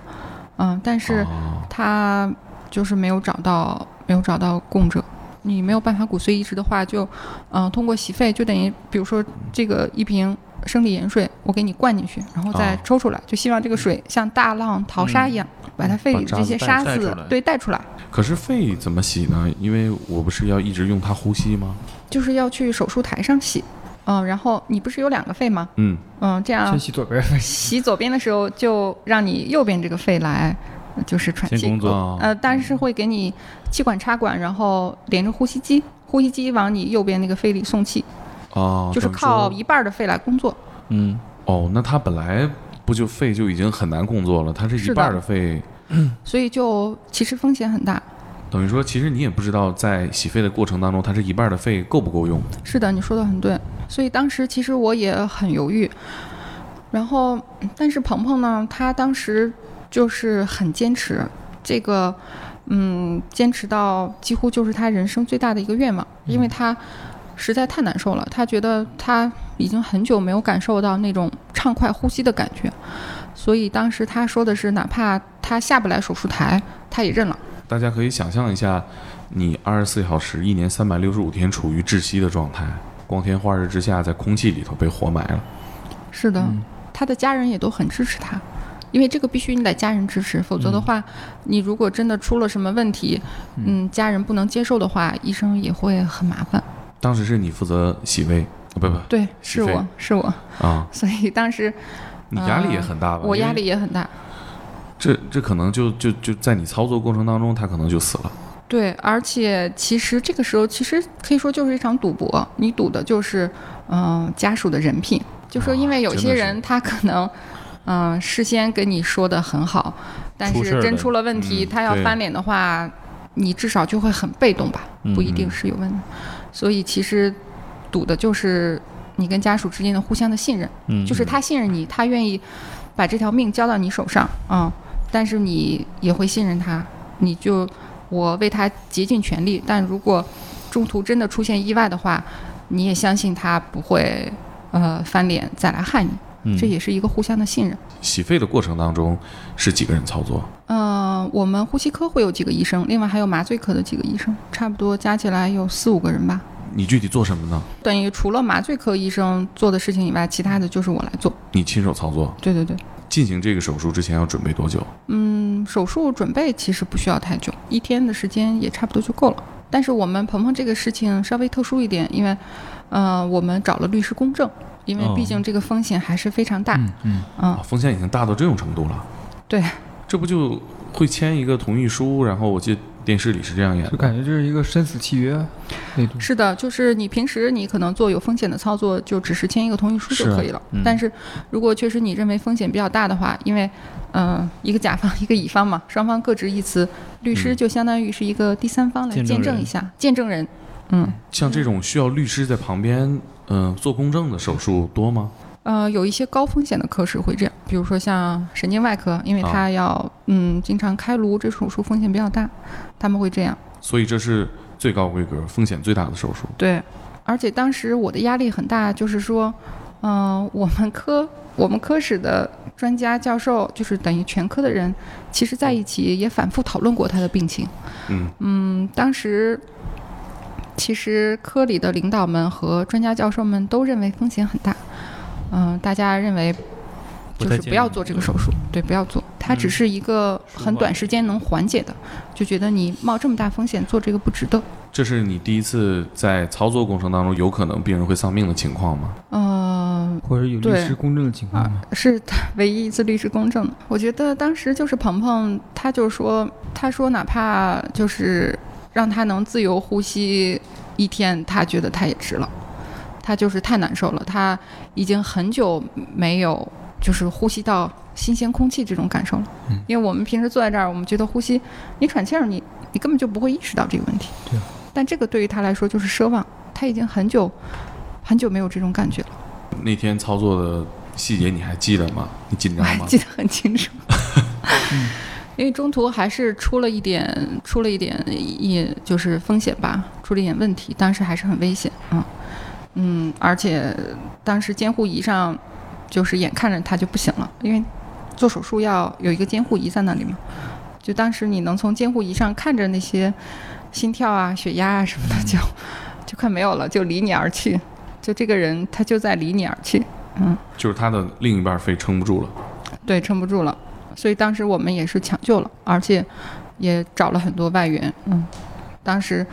B: 嗯，但是
E: 哦
B: 他就是没有找到，没有找到供者。你没有办法骨髓移植的话，就，嗯、通过洗肺，就等于，比如说这个一瓶生理盐水，我给你灌进去，然后再
E: 哦嗯
B: 抽出来，就希望这个水像大浪淘沙一样，把它肺里
E: 把
B: 这些
E: 渣
B: 沙
E: 子带带
B: 子
E: 出来
B: 对带出来，
E: 可是肺怎么洗呢？因为我不是要一直用它呼吸吗？
B: 就是要去手术台上洗，嗯、然后你不是有两个肺吗？
E: 嗯，
B: 嗯、这样
D: 先洗左边儿，
B: 洗左边的时候，就让你右边这个肺来，呃就是喘
C: 先
B: 气
C: 工。作，
E: 啊
B: 呃，但是会给你气管插管，然后连着呼吸机，呼吸机往你右边那个肺里送气，
E: 哦，
B: 呃就是
E: 等于
B: 靠
E: 说
B: 一半儿的肺来工作。
C: 嗯，
E: 哦，那它本来不就肺就已经很难工作了，它是
B: 是
E: 一
B: 的
E: 半儿的肺，
B: 所以就其实风险很大。
E: 等于说其实你也不知道在洗肺的过程当中，它这一半儿的肺够不够用。
B: 是的，你说的很对。所以当时其实我也很犹豫，然后但是鹏鹏呢，他当时就是很坚持，这个嗯，坚持到几乎就是他人生最大的一个愿望，因为他实在太难受了，他觉得他已经很久没有感受到那种畅快呼吸的感觉，所以当时他说的是，哪怕他下不来手术台，他也认了。
E: 大家可以想象一下，你二十四小时、一年三百六十五天处于窒息的状态，光天化日之下，在空气里头被活埋了。
B: 是的，
D: 嗯
B: 他的家人也都很支持他，因为这个必须你得家人支持，否则的话，你如果真的出了什么问题，嗯，家人不能接受的话，医生也会很麻烦。
E: 当时是你负责洗胃，
B: 呃
E: 不不
B: 对，
E: 是
B: 是
E: 非
B: 我是我，
E: 啊，
B: 所以当时
E: 你压力也很大吧？
B: 我压
E: 因为
B: 力也很大。
E: 这这可能就就就在你操作过程当中，他可能就死了。
B: 对，而且其实这个时候，其实可以说就是一场赌博，你赌的就是，嗯、家属的人品。就说因为有
E: 真
B: 些
E: 的是
B: 人他可能，嗯、事先跟你说的很好，但
C: 出事
B: 是
C: 儿
B: 真
C: 了
B: 出了问题，
E: 嗯
B: 他要
E: 对
B: 翻脸的话，你至少就会很被动吧？
C: 嗯
B: 不一定是有问题。所以其实赌的就是你跟家属之间的互相的信任，
C: 嗯
B: 就是他信任你，他愿意把这条命交到你手上啊、但是你也会信任他，你就我为他竭尽全力，但如果中途真的出现意外的话，你也相信他不会呃翻脸再来害你，
C: 嗯
B: 这也是一个互相的信任。
E: 洗肺的过程当中是几个人操作？
B: 嗯、我们呼吸科会有几个医生，另外还有麻醉科的几个医生，差不多加起来有四五个人吧。
E: 你具体做什么呢？
B: 等于除了麻醉科医生做的事情以外，其他的就是我来做。
E: 你亲手操作，
B: 对对对，
E: 进行这个手术之前要准备多久？
B: 嗯，手术准备其实不需要太久，一天的时间也差不多就够了。但是我们鹏鹏这个事情稍微特殊一点，因为，呃，我们找了律师公证，因为
C: 哦
B: 毕竟这个风险还是非常大。
D: 嗯嗯，
E: 啊，风险已经大到这种程度了。
B: 对，
E: 这不就会签一个同意书，然后我记得电视里是这样演
D: 就
E: 的。
D: 感觉这是一个生死契约那种。
B: 是的，就是你平时你可能做有风险的操作，就只是签一个同意书
E: 是
B: 就
E: 啊
B: 可以了。
C: 嗯
B: 但是如果确实你认为风险比较大的话，因为，呃，一个甲方 一个乙方嘛，双方各执一词，律师就相当于是一个第三方来
C: 嗯见证
B: 见证
C: 人
B: 一下，见证人。嗯，
E: 像这种需要律师在旁边，嗯、做公证的手术多吗？
B: 呃，有一些高风险的科室会这样，比如说像神经外科，因为
C: 哦
E: 啊
B: 它要、嗯经常开颅，这手术风险比较大，他们会这样。
E: 所以这是最高规格、风险最大的手术。
B: 对，而且当时我的压力很大，就是说，嗯、我们科我们科室的专家教授，就是等于全科的人，其实在一起也反复讨论过他的病情。
E: 嗯
B: 嗯，当时其实科里的领导们和专家教授们都认为风险很大，嗯、大家认为
C: 不
B: 就
C: 太
B: 是
C: 建
B: 不要
C: 议嗯
B: 做这个手术，对，不要做，它只是一个很短时间能缓解的，就觉得你冒这么大风险做这个不值得。
E: 这是你第一次在操作过程当中有可能病人会丧命的情况吗？
B: 嗯、嗯，
D: 或者有律
B: 对啊
D: 师公证的情况吗？
B: 是他唯一一次律师公证。我觉得当时就是鹏鹏，他就说，他说哪怕就是让他能自由呼吸一天，他觉得他也值了。他就是太难受了，他已经很久没有就是呼吸到新鲜空气这种感受了。
D: 嗯
B: 因为我们平时坐在这儿，我们觉得呼吸，你喘气儿，你你根本就不会意识到这个问题。
D: 对。
B: 但这个对于他来说就是奢望，他已经很久很久没有这种感觉了，
E: 那天操作的细节你还记得吗？你紧
B: 我
E: 张
B: 还
E: 吗？
B: 记得很清 楚。因为中途还是出了一点，出了一点，也就是风险吧，出了一点问题，当时还是很危险啊，嗯，而且当时监护仪上就是眼看着他就不行了，因为做手术要有一个监护仪在那里嘛，就当时你能从监护仪上看着那些心跳啊、血压啊什么的就就快没有了，就离你而去，就这个人他就在离你而去，
E: 就是他的另一半肺撑不住了，
B: 对，撑不住了，所以当时我们也是抢救了，而且也找了很多外援。嗯，当时，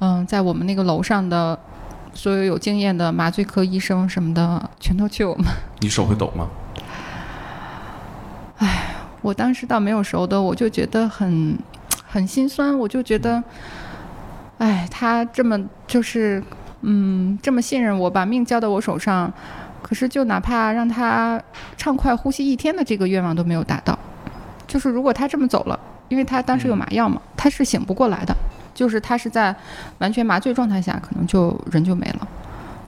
B: 嗯，在我们那个楼上的所有有经验的麻醉科医生什么的，全都去我们。
E: 你手会抖吗？
B: 嗯我当时倒没有熟的，我就觉得很很心酸，我就觉得，哎，他这么就是，嗯，这么信任我，把命交到我手上，可是就哪怕让他畅快呼吸一天的这个愿望都没有达到。就是如果他这么走了，因为他当时有麻药嘛，他是醒不过来的，就是他是在完全麻醉状态下，可能就人就没了。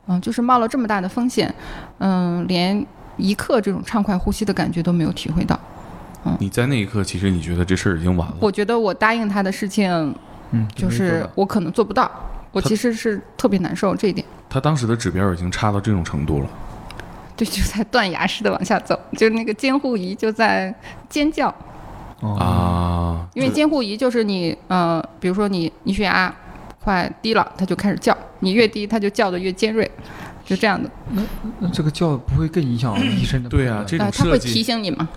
B: 嗯，就是冒了这么大的风险，嗯，连一刻这种畅快呼吸的感觉都没有体会到。
E: 你在那一刻，其实你觉得这事儿已经完了。
B: 嗯我觉得我答应他的事情，
D: 嗯，
B: 就
D: 没错
B: 是
D: 的
B: 我可能做不到，我
E: 他
B: 其实是特别难受这一点。
E: 他当时的指标已经差到这种程度了，
B: 对，就在断崖式的往下走，就是那个监护仪就在尖叫，
D: 哦
E: 啊，
B: 因为监护仪就是你呃，比如说你你血压快低了，它就开始叫，你越低它就叫的越尖锐，就这样的。
D: 那这个觉不会更影响医生的
E: 对啊
D: 判断
E: 这
B: 啊、
E: 种
B: 它
E: 设
B: 会
E: 计
B: 提醒你嘛？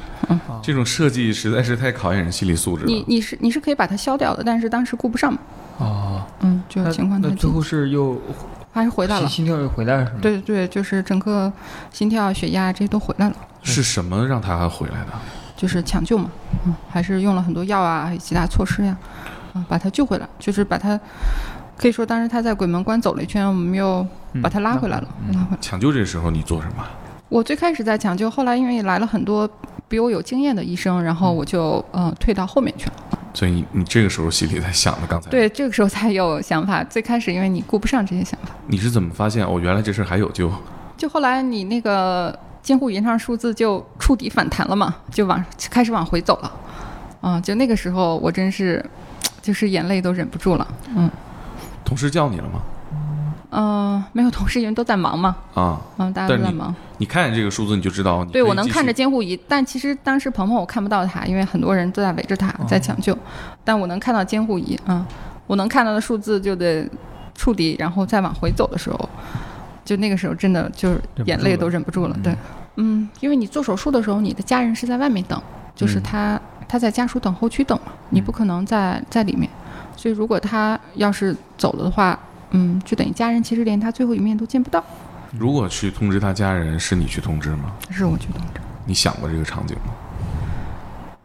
E: 这种设计实在是太考验人心理素质
B: 你
E: 了。
B: 你是你是可以把它消掉的，但是当时顾不上嘛。
D: 哦，
B: 嗯，就
D: 那
B: 情况太
D: 那最
B: 紧
D: 后是又
B: 还是回来了。
D: 心跳又回来了是吗？，
B: 对对，就是整个心跳、血压这些都回来了。
E: 是什么让他回来的？
B: 就是抢救嘛，嗯，还是用了很多药啊，还有其他措施呀、啊，把他救回来，就是把他，可以说当时他在鬼门关走了一圈，我们又
D: 嗯
B: 把他拉回来嗯了，
D: 那
B: 拉回来。
E: 抢救这时候你做什么？
B: 我最开始在抢救，后来因为来了很多比我有经验的医生，然后我就呃退到后面去了。
E: 所以你你这个时候心里在想的，刚才
B: 对，这个时候才有想法。最开始因为你顾不上这些想法，
E: 你是怎么发现哦？原来这事儿还有救，
B: 就后来你那个监护仪上数字就触底反弹了嘛，就往开始往回走了。啊、就那个时候我真是，就是眼泪都忍不住了。嗯。
E: 同事叫你了吗？
B: 嗯，没有同事，因为都在忙嘛，
E: 啊，
B: 嗯，大家
E: 但
B: 都
E: 是
B: 在
E: 你
B: 忙。
E: 你看见这个数字你就知道，你
B: 对
E: 可以
B: 我能
E: 继续
B: 看着监护仪，但其实当时鹏鹏我看不到他，因为很多人都在围着
E: 哦
B: 他在抢救，但我能看到监护仪啊、嗯我能看到的数字就得触底，然后再往回走的时候，就那个时候真的就是
D: 忍不
B: 眼
D: 住
B: 泪
D: 了
B: 都忍不住了。
D: 嗯
B: 对，嗯，因为你做手术的时候，你的家人是在外面等，就是
D: 嗯
B: 他、他在家属等候区等嘛，
E: 嗯
B: 你不可能在在里面，所以如果他要是走了的话，嗯，就等于家人其实连他最后一面都见不到。
E: 如果去通知他家人，是你去通知吗？
B: 是我觉得，
E: 你想过这个场景吗？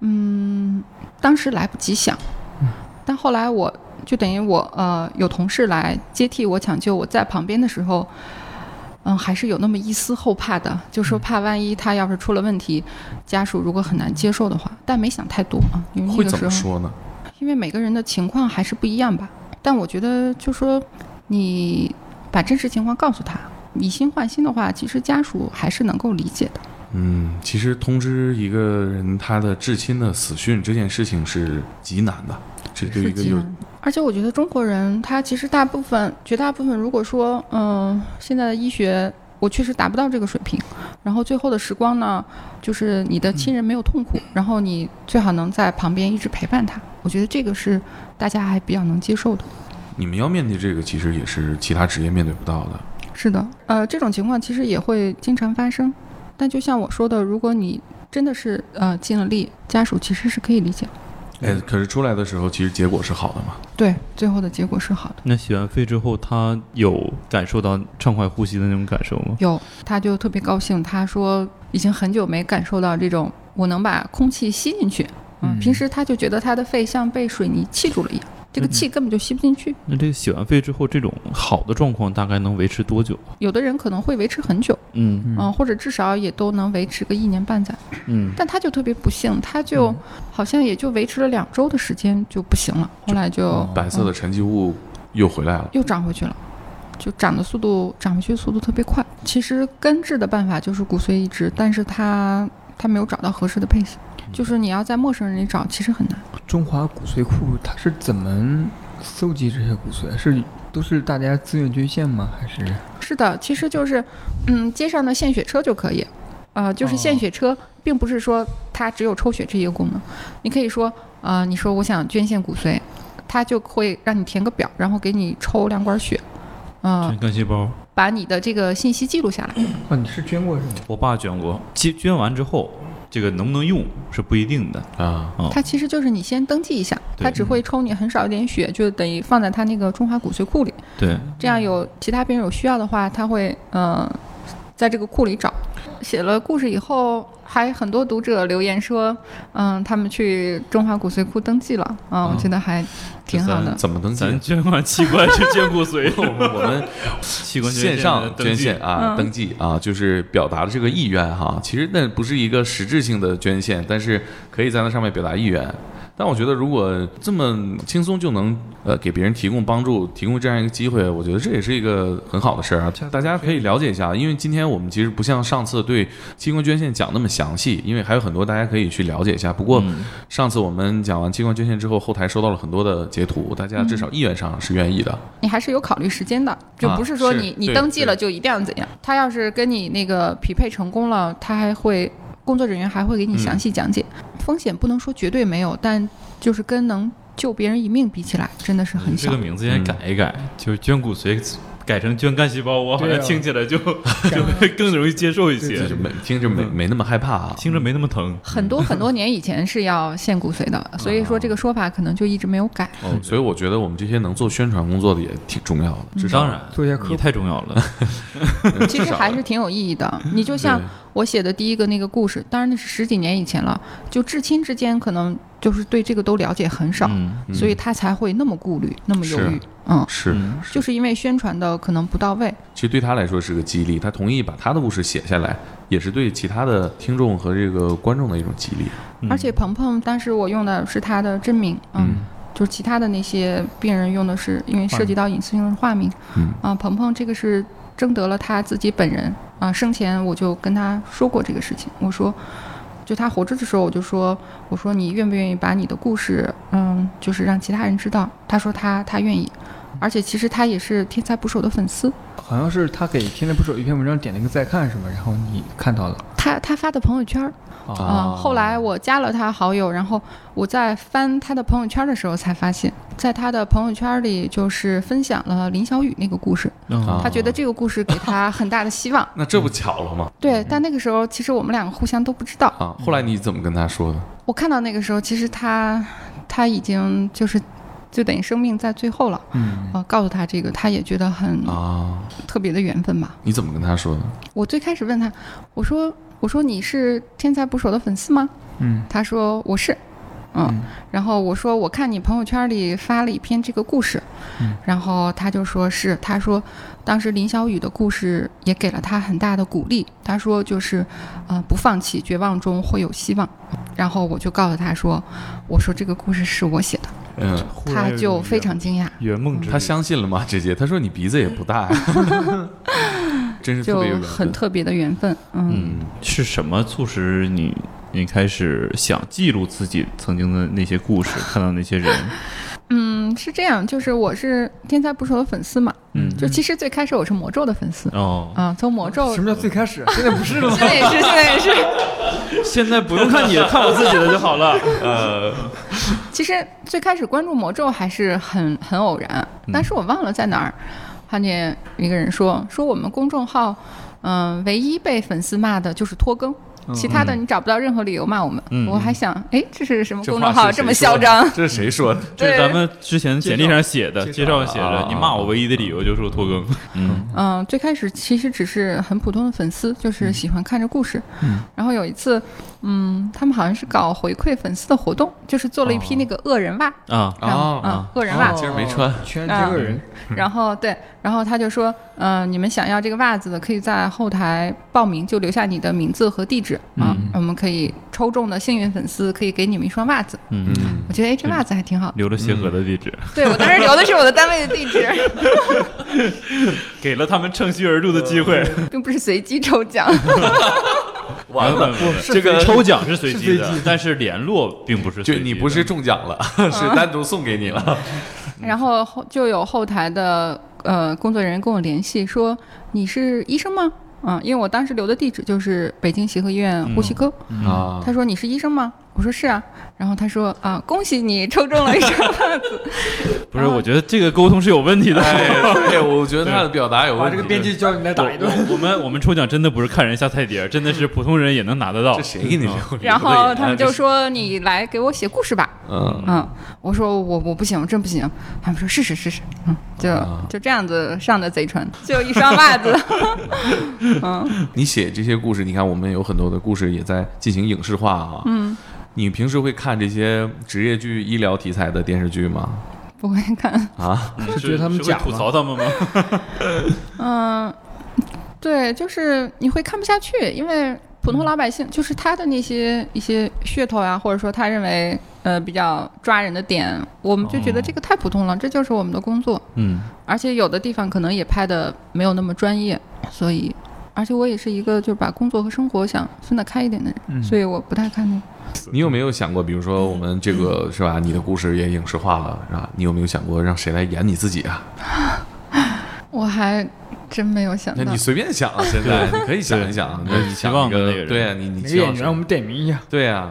B: 嗯，当时来不及想，
E: 嗯
B: 但后来我就等于我呃有同事来接替我抢救，我在旁边的时候，嗯，还是有那么一丝后怕的，就
E: 嗯
B: 说怕万一他要是出了问题，家属如果很难接受的话，但没想太多啊，因为
E: 会
B: 那个
E: 怎
B: 时
E: 么
B: 候，
E: 说呢？
B: 因为每个人的情况还是不一样吧，但我觉得就说你把真实情况告诉他，以心换心的话，其实家属还是能够理解的。
E: 嗯，其实通知一个人他的至亲的死讯这件事情是极难的，这对
B: 是
E: 一个
B: 极
E: 有
B: 难。啊而且我觉得中国人他其实大部分、绝大部分，如果说，嗯、现在的医学我确实达不到这个水平，然后最后的时光呢，就是你的亲人没有痛苦，然后你最好能在旁边一直陪伴他。我觉得这个是大家还比较能接受的。
E: 你们要面对这个，其实也是其他职业面对不到的。
B: 是的，呃，这种情况其实也会经常发生，但就像我说的，如果你真的是呃尽了力，家属其实是可以理解的。
E: 哎，可是出来的时候，其实结果是好的嘛。
B: 对，最后的结果是好的。
C: 那洗完肺之后，他有感受到畅快呼吸的那种感受吗？
B: 有，他就特别高兴，他说已经很久没感受到这种我能把空气吸进去。嗯，平时他就觉得他的肺像被水泥砌住了一样，这个气根本就吸不进去。
C: 那这个洗完肺之后，这种好的状况大概能维持多久？
B: 有的人可能会维持很久，
C: 嗯
B: 嗯、或者至少也都能维持个一年半载。
C: 嗯，
B: 但他就特别不幸，他就
D: 嗯
B: 好像也就维持了两周的时间就不行了，后来就
E: 白色的沉积物又回来了，
B: 又长回去了，就长的速度长回去速度特别快。其实根治的办法就是骨髓移植，但是他他没有找到合适的配型，就是你要在陌生人里找，其实很难。
D: 中华骨髓库它是怎么搜集这些骨髓？是都是大家自愿捐献吗？还是
B: 是的，其实就是，嗯，街上的献血车就可以，呃，就是献血车，并不是说它只有抽血这一个功能，你可以说，呃，你说我想捐献骨髓，它就会让你填个表，然后给你抽两管血，嗯、
C: 捐干细胞，
B: 把你的这个信息记录下来。
D: 哦，你是捐过 是吗？
C: 我爸捐过，捐捐完之后，这个能不能用是不一定的。
E: 啊，
C: 哦
B: 它其实就是你先登记一下，
C: 对嗯
B: 它只会抽你很少一点血，就等于放在它那个中华骨髓库里，
C: 对，
B: 这样有其他病人有需要的话，他会嗯、呃在这个库里找。写了故事以后，还很多读者留言说，嗯、他们去中华骨髓库登记了，啊、
C: 哦
B: 我觉得还挺好的。
E: 怎么登记？
C: 咱捐完器官是 捐骨髓，
E: 我们我们
C: 器官捐
E: 线上
C: 登
E: 捐
C: 记
E: 献啊，
B: 嗯
E: 登记啊，就是表达的这个意愿哈。其实那不是一个实质性的捐献，但是可以在那上面表达意愿。但我觉得，如果这么轻松就能呃给别人提供帮助，提供这样一个机会，我觉得这也是一个很好的事儿啊。大家可以了解一下，因为今天我们其实不像上次对器官捐献讲那么详细，因为还有很多大家可以去了解一下。不过
C: 嗯
E: 上次我们讲完器官捐献之后，后台收到了很多的截图，大家至少意愿上是愿意的。
B: 你还是有考虑时间的，就
E: 啊
B: 不是说
E: 是
B: 你、你
E: 对
B: 登记
E: 对
B: 了就一定要怎样。他要是跟你那个匹配成功了，他还会工作人员还会给你详
E: 嗯
B: 细讲解。风险不能说绝对没有，但就是跟能救别人一命比起来，真的是很
C: 这
B: 小
C: 个。名字先改一改，就是捐骨髓改成捐干细胞，我好
D: 对
C: 像
D: 啊
C: 听起来就 就会更容易接受一
E: 就
C: 些
E: 是，没听着没没那么害怕啊。
C: 听着没那么疼。
B: 很多很多年以前是要献骨髓 的，所
E: 啊
B: 以说这个说法可能就一直没有改。
E: 哦，所以我觉得我们这些能做宣传工作的也挺重要的，至少
C: 嗯当然，
D: 做一下科普
C: 你太重要了。
B: 其实还是挺有意义 的。你就像我写的第一个那个故事，当然那是十几年以前了，就至亲之间可能就是对这个都了解很少，
C: 嗯，
B: 所以他才会那么顾虑，那么犹豫
E: 是。
B: 嗯，
E: 是，，
B: 就是是因为宣传的可能不到位。
E: 其实对他来说是个激励，他同意把他的故事写下来，也是对其他的听众和这个观众的一种激励。
C: 嗯
B: 而且鹏鹏当时我用的是他的真名，嗯，就是其他的那些病人用的是因为涉及到隐私性的化名，
E: 嗯
B: 啊，鹏鹏这个是征得了他自己本人啊，生前我就跟他说过这个事情，我说。就他活着的时候，我就说，我说你愿不愿意把你的故事，嗯，就是让其他人知道。他说他他愿意，而且其实他也是天才捕手的粉丝，
D: 好像是他给《天才捕手》一篇文章点了一个再看是吗？然后你看到了
B: 他他发的朋友圈儿，嗯，
D: 啊，
E: 哦
B: 后来我加了他好友，然后我在翻他的朋友圈的时候才发现，在他的朋友圈里就是分享了林小雨那个故事，
C: 嗯
E: 啊
B: 他觉得这个故事给他很大的希望。
E: 那这不巧了吗？
B: 对，但那个时候其实我们两个互相都不知道。
E: 啊，后来你怎么跟他说的？
B: 我看到那个时候，其实他他已经就是就等于生命在最后了。
D: 嗯，
B: 呃，告诉他这个，他也觉得很
E: 啊，
B: 特别的缘分吧。
E: 你怎么跟他说的？
B: 我最开始问他，我说我说你是天才捕手的粉丝吗？
D: 嗯，
B: 他说我是，嗯，然后我说我看你朋友圈里发了一篇这个故事，
D: 嗯
B: 然后他就说是，他说当时林小雨的故事也给了他很大的鼓励，他说就是，呃，不放弃，绝望中会有希望。然后我就告诉他说，我说这个故事是我写的，
E: 嗯，
C: 忽然
B: 他
C: 有一种
B: 就非常惊讶，
C: 圆梦之旅
E: 他相信了吗？直接他说你鼻子也不大呀，真是特
B: 就
E: 别有缘
B: 很
E: 分。
B: 特别的缘分，嗯
E: 嗯，
C: 是什么促使你你开始想记录自己曾经的那些故事，看到那些人？
B: 嗯，是这样，就是我是天才捕手的粉丝嘛，
C: 嗯
B: 就其实最开始我是魔咒的粉丝，
E: 嗯
C: 哦，
B: 啊，从魔咒
D: 什么叫最 开始？啊现在不是了吗？
B: 现在也是，现在也是。
C: 现在不用看 你的，看我自己的就好 了。 呃
B: 其实最开始关注魔咒还是很很偶然，但是我忘了在哪儿看呃见一个人说说我们公众号，嗯、唯一被粉丝骂的就是拖更，其他的你找不到任何理由骂我们。
C: 嗯
B: 我还想，哎，这是什么
E: 这
B: 公
E: 话
B: 众
E: 是
B: 号
E: 谁
B: 这么
E: 说
B: 嚣
E: 的
B: 张？
E: 这是谁说的？
C: 这是咱们之前简历上写的，介
D: 介
C: 绍
D: 绍
C: 上写
E: 啊
C: 着，你骂我唯一的理由就是我拖更。嗯
B: 嗯，最开始其实只是很普通的粉丝，就是喜欢看着故事。
D: 嗯
B: 然后有一次，嗯，他们好像是搞回馈粉丝的活动，就是做了一批那个恶人袜，
C: 啊，
B: 然后
E: 哦
B: 嗯，恶人袜，
E: 今儿没穿，
D: 哦全
B: 啊
D: 这个人，
E: 嗯
B: 然后对，然后他就说，嗯、你们想要这个袜子的，可以在后台报名，就留下你的名字和地址啊，
E: 嗯
B: 我们可以抽中的幸运粉丝可以给你们一双袜子。
C: 嗯，
E: 嗯，
B: 我觉得哎，这袜子还挺好。
C: 留了协和的地址，
B: 对我当时留的是我的单位的地 址，
C: 给了他们趁虚而入的机会。
B: 并不是随机抽
E: 嗯
B: 奖。
E: 完了，这个
C: 抽奖是随机的，但是联络并不是随
E: 就
C: 机的。
E: 你不是中奖了，
B: 嗯
E: 是单独送给你了。
B: 然后后就有后台的呃工作人员跟我联系说你是医生吗？嗯，因为我当时留的地址就是北京协和医院呼吸科。
E: 啊
B: 他说你是医生吗？我说是啊。然后他说啊，恭喜你抽中了一双袜子。
C: 不是？我觉得这个沟通是有问题的。
E: 哎，对，我觉得他的表达有
D: 把
E: 问
D: 这
E: 题。
D: 个编辑叫你来打一顿。
C: 我我们我们抽奖真的不是看人下菜碟儿，真的是普通人也能拿得到嗯
E: 这。谁给你留的？
B: 然后他们啊就说你来给我写故事吧。
E: 嗯，
B: 嗯，我说我我不行，我真不行。他们说试试试试，嗯，就就这样子上的贼船，就一双袜 子。
E: 你写这些故事，你看我们有很多的故事也在进行影视化啊。嗯，你平时会看这些职业剧、医疗题材的电视剧吗？
B: 不会看，
E: 啊，
C: 嗯
D: 是觉得他们
C: 会
D: 假
C: 吐
D: 吗
C: 槽他们吗？
B: 嗯，对，就是你会看不下去，因为普通老百姓就是他的那些一些噱头呀、或者说他认为呃比较抓人的点，我们就觉得这个太普通了，这就是我们的工作。
C: 嗯，
B: 而且有的地方可能也拍的没有那么专业，所以，而且我也是一个就是把工作和生活想分得开一点的人，所以我不太看那个。
E: 你有没有想过，比如说我们这个是吧，你的故事也影视化了是吧？你有没有想过让谁来演你自己啊？
B: 我还真没有想
E: 那
B: 到
E: 你，随便想啊，现在你可以想一想啊，
C: 对
E: 那
C: 你
E: 你想
C: 希望
E: 一
C: 的那
E: 个
C: 个人
E: 对啊，你你
D: 哪个
E: 希
D: 演
E: 望
D: 员
E: 谁
D: 让我们点名一下？
E: 对啊，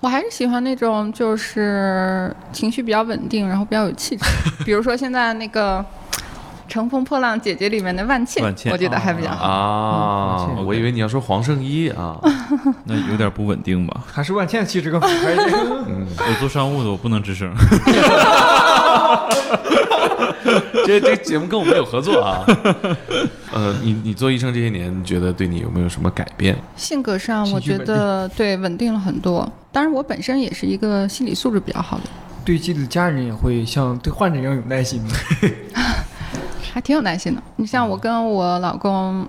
B: 我还是喜欢那种就是情绪比较稳定，然后比较有气质，比如说现在那个。乘风破浪姐姐里面的万茜，
C: 万茜
B: 我觉得还比较好。
E: 啊
D: 嗯抱，歉
E: 我以为你要说黄圣依啊，
C: 那有点不稳定吧？
D: 还是万茜气质更好一点。
C: 我做商务的，我不能吱声。
E: 这这节目跟我们有合作啊。呃，你你做医生这些年，你觉得对你有没有什么改变？
B: 性格上，
D: 情
B: 我
D: 绪
B: 觉
D: 稳
B: 得对稳定了很多。当然，我本身也是一个心理素质比较好的，
D: 对自己的家人也会像对患者一样有耐心吗？
B: 还挺有耐心的。你像
E: 嗯
B: 我跟我老公，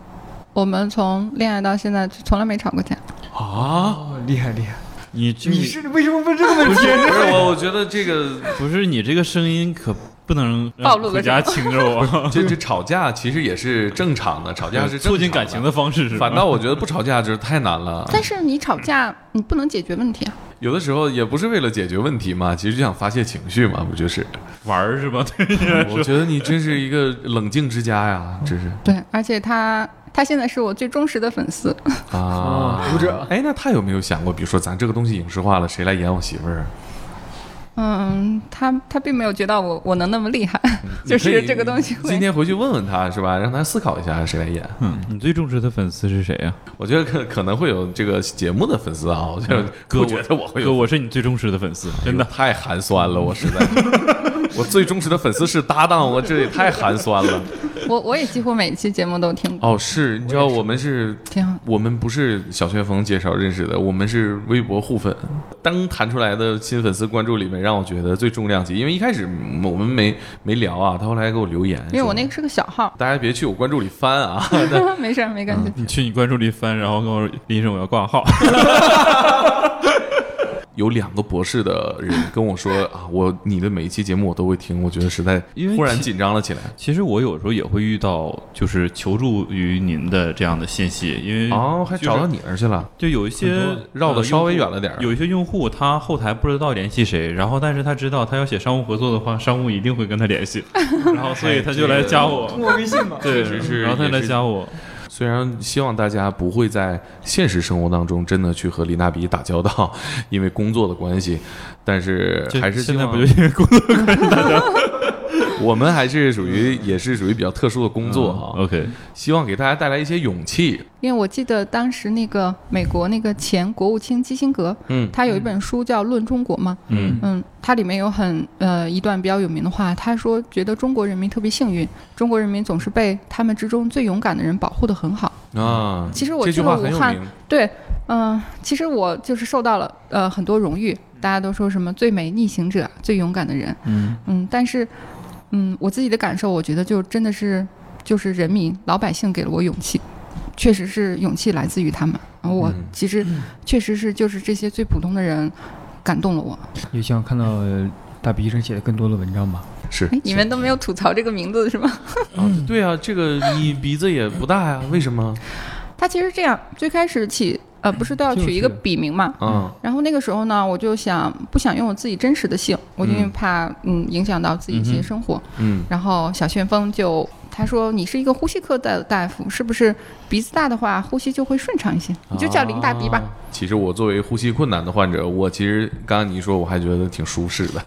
B: 我们从恋爱到现在从来没吵过架。
E: 啊，
D: 哦，厉害厉害！
C: 你
D: 你是为什么问这个问题？
E: 不是我，我觉得 这个，
C: 不是你这个声音可不能让
B: 暴露了
C: 回家听着我
E: 这这吵架其实也是正常的，吵架是正常
C: 促进感情
E: 的。
C: 的方式是吗
E: 反倒我觉得不吵架就是太难 了，
B: 但是你吵架，你不能解决问题啊。
E: 有的时候也不是为了解决问题嘛，其实就想发泄情绪嘛，不就是？
C: 玩儿是嗯吧？ 对
E: 我觉得你真是一个冷静之家呀，真是
B: 对，而且他他现在是我最忠实的粉丝。
E: 啊
C: 哦
D: 啊，读者
E: 哎，那他有没有想过，比如说咱这个东西影视化了，谁来演我媳妇儿？
B: 嗯，他他并没有觉得我我能那么厉害， 就
E: 嗯你可
B: 是
E: 以
B: 这个东西会
E: 今天回去问问他是吧，让他思考一下谁来演。
C: 嗯， 你最重视的粉丝是谁啊呀？
E: 我觉得可可能会有这个节目的粉丝啊，我觉 得
C: 哥，
E: 不觉得我会
C: 哥，
E: 有，哎
C: 我是你最忠实的粉丝，真的。
E: 太寒酸了，我实 在。我最忠实的粉丝是搭档，我这也太寒酸了。
B: 我我也几乎每一期节目都听过，
E: 哦，是，你知道我们是
B: 挺好。
E: 我们不是小旋风介绍认识的，我们是微博互粉。当弹出来的新粉丝关注里面，让我觉得最重量级，因为一开始嗯我们没没聊啊，他后来给我留言，
B: 因为我
E: 说
B: 那个是个小号，
E: 大家别去我关注里 翻啊，
B: 没事儿没感觉。
E: 嗯
C: 你去你关注里翻，然后跟我说林医生我要挂号。
E: 有两个博士的人跟我说啊，我你的每一期节目我都会听，我觉得实在
C: 因为
E: 忽然
C: 其
E: 紧张了起来。
C: 其实我有时候也会遇到，就是求助于您的这样的信息，因为
E: 哦，还
C: 就是
E: 找到你那儿去了，
C: 就有一些
E: 很多绕得
C: 呃
E: 稍微
C: 用户
E: 远了点儿
C: 有一些用户他后台不知道联系谁，然后但是他知道他要写商务合作的话，商务一定会跟他联系，然后所以他就来加
D: 通
C: 我，
D: 过微信吧。
C: 对
E: 确实是，
C: 然后他
E: 也
C: 来
E: 是
C: 加我，
E: 虽然希望大家不会在现实生活当中真的去和李娜比打交 道，因为工作的关系，但是
C: 这
E: 还是希
C: 现在
E: 望
C: 不就因为工作关系大家
E: 我们还是属于也是属于比较特殊的工作啊，
C: OK，
E: 希望给大家带来一些勇气。
B: 因为我记得当时那个美国那个前国务卿基辛格，
E: 嗯
B: 他有一本书叫《论中国》嘛，
E: 嗯
B: 嗯，它里面有很呃一段比较有名的话，他说觉得中国人民特别幸运，中国人民总是被他们之中最勇敢的人保护得很好。
E: 啊，
B: 其实我
E: 这句
B: 去
E: 话
B: 了武
E: 很有
B: 汉，
E: 名，啊
B: 对，嗯、其实我就是受到了呃很多荣誉，大家都说什么最美逆行者、最勇敢的人，
D: 嗯
B: 嗯，但是嗯，我自己的感受，我觉得就真的是就是人民老百姓给了我勇气，确实是勇气来自于他们。然后我
E: 嗯
B: 其实确实是就是这些最普通的人感动了我。
D: 也希望看到呃大鼻生写的更多的文章吧。
E: 是
B: 哎，你们都没有吐槽这个名字是吗？
E: 啊，
B: 嗯
E: 对啊，这个你鼻子也不 大呀，为什么？
B: 他其实这样，最开始起呃不是都要
D: 挺有
B: 取一
D: 趣
B: 个
D: 的
B: 笔名嘛。
E: 啊，
B: 然后那个时候呢，我就想不想用我自己真实的姓，我就因为
E: 嗯
B: 怕嗯影响到自己一
E: 嗯
B: 些
E: 哼
B: 生活。
E: 嗯
B: 然后小旋风就他说你是一个呼吸科的大夫，是不是鼻子大的话呼吸就会顺畅一些？你就叫林大鼻吧。
E: 啊其实我作为呼吸困难的患者，我其实刚刚你一说，我还觉得挺舒适的。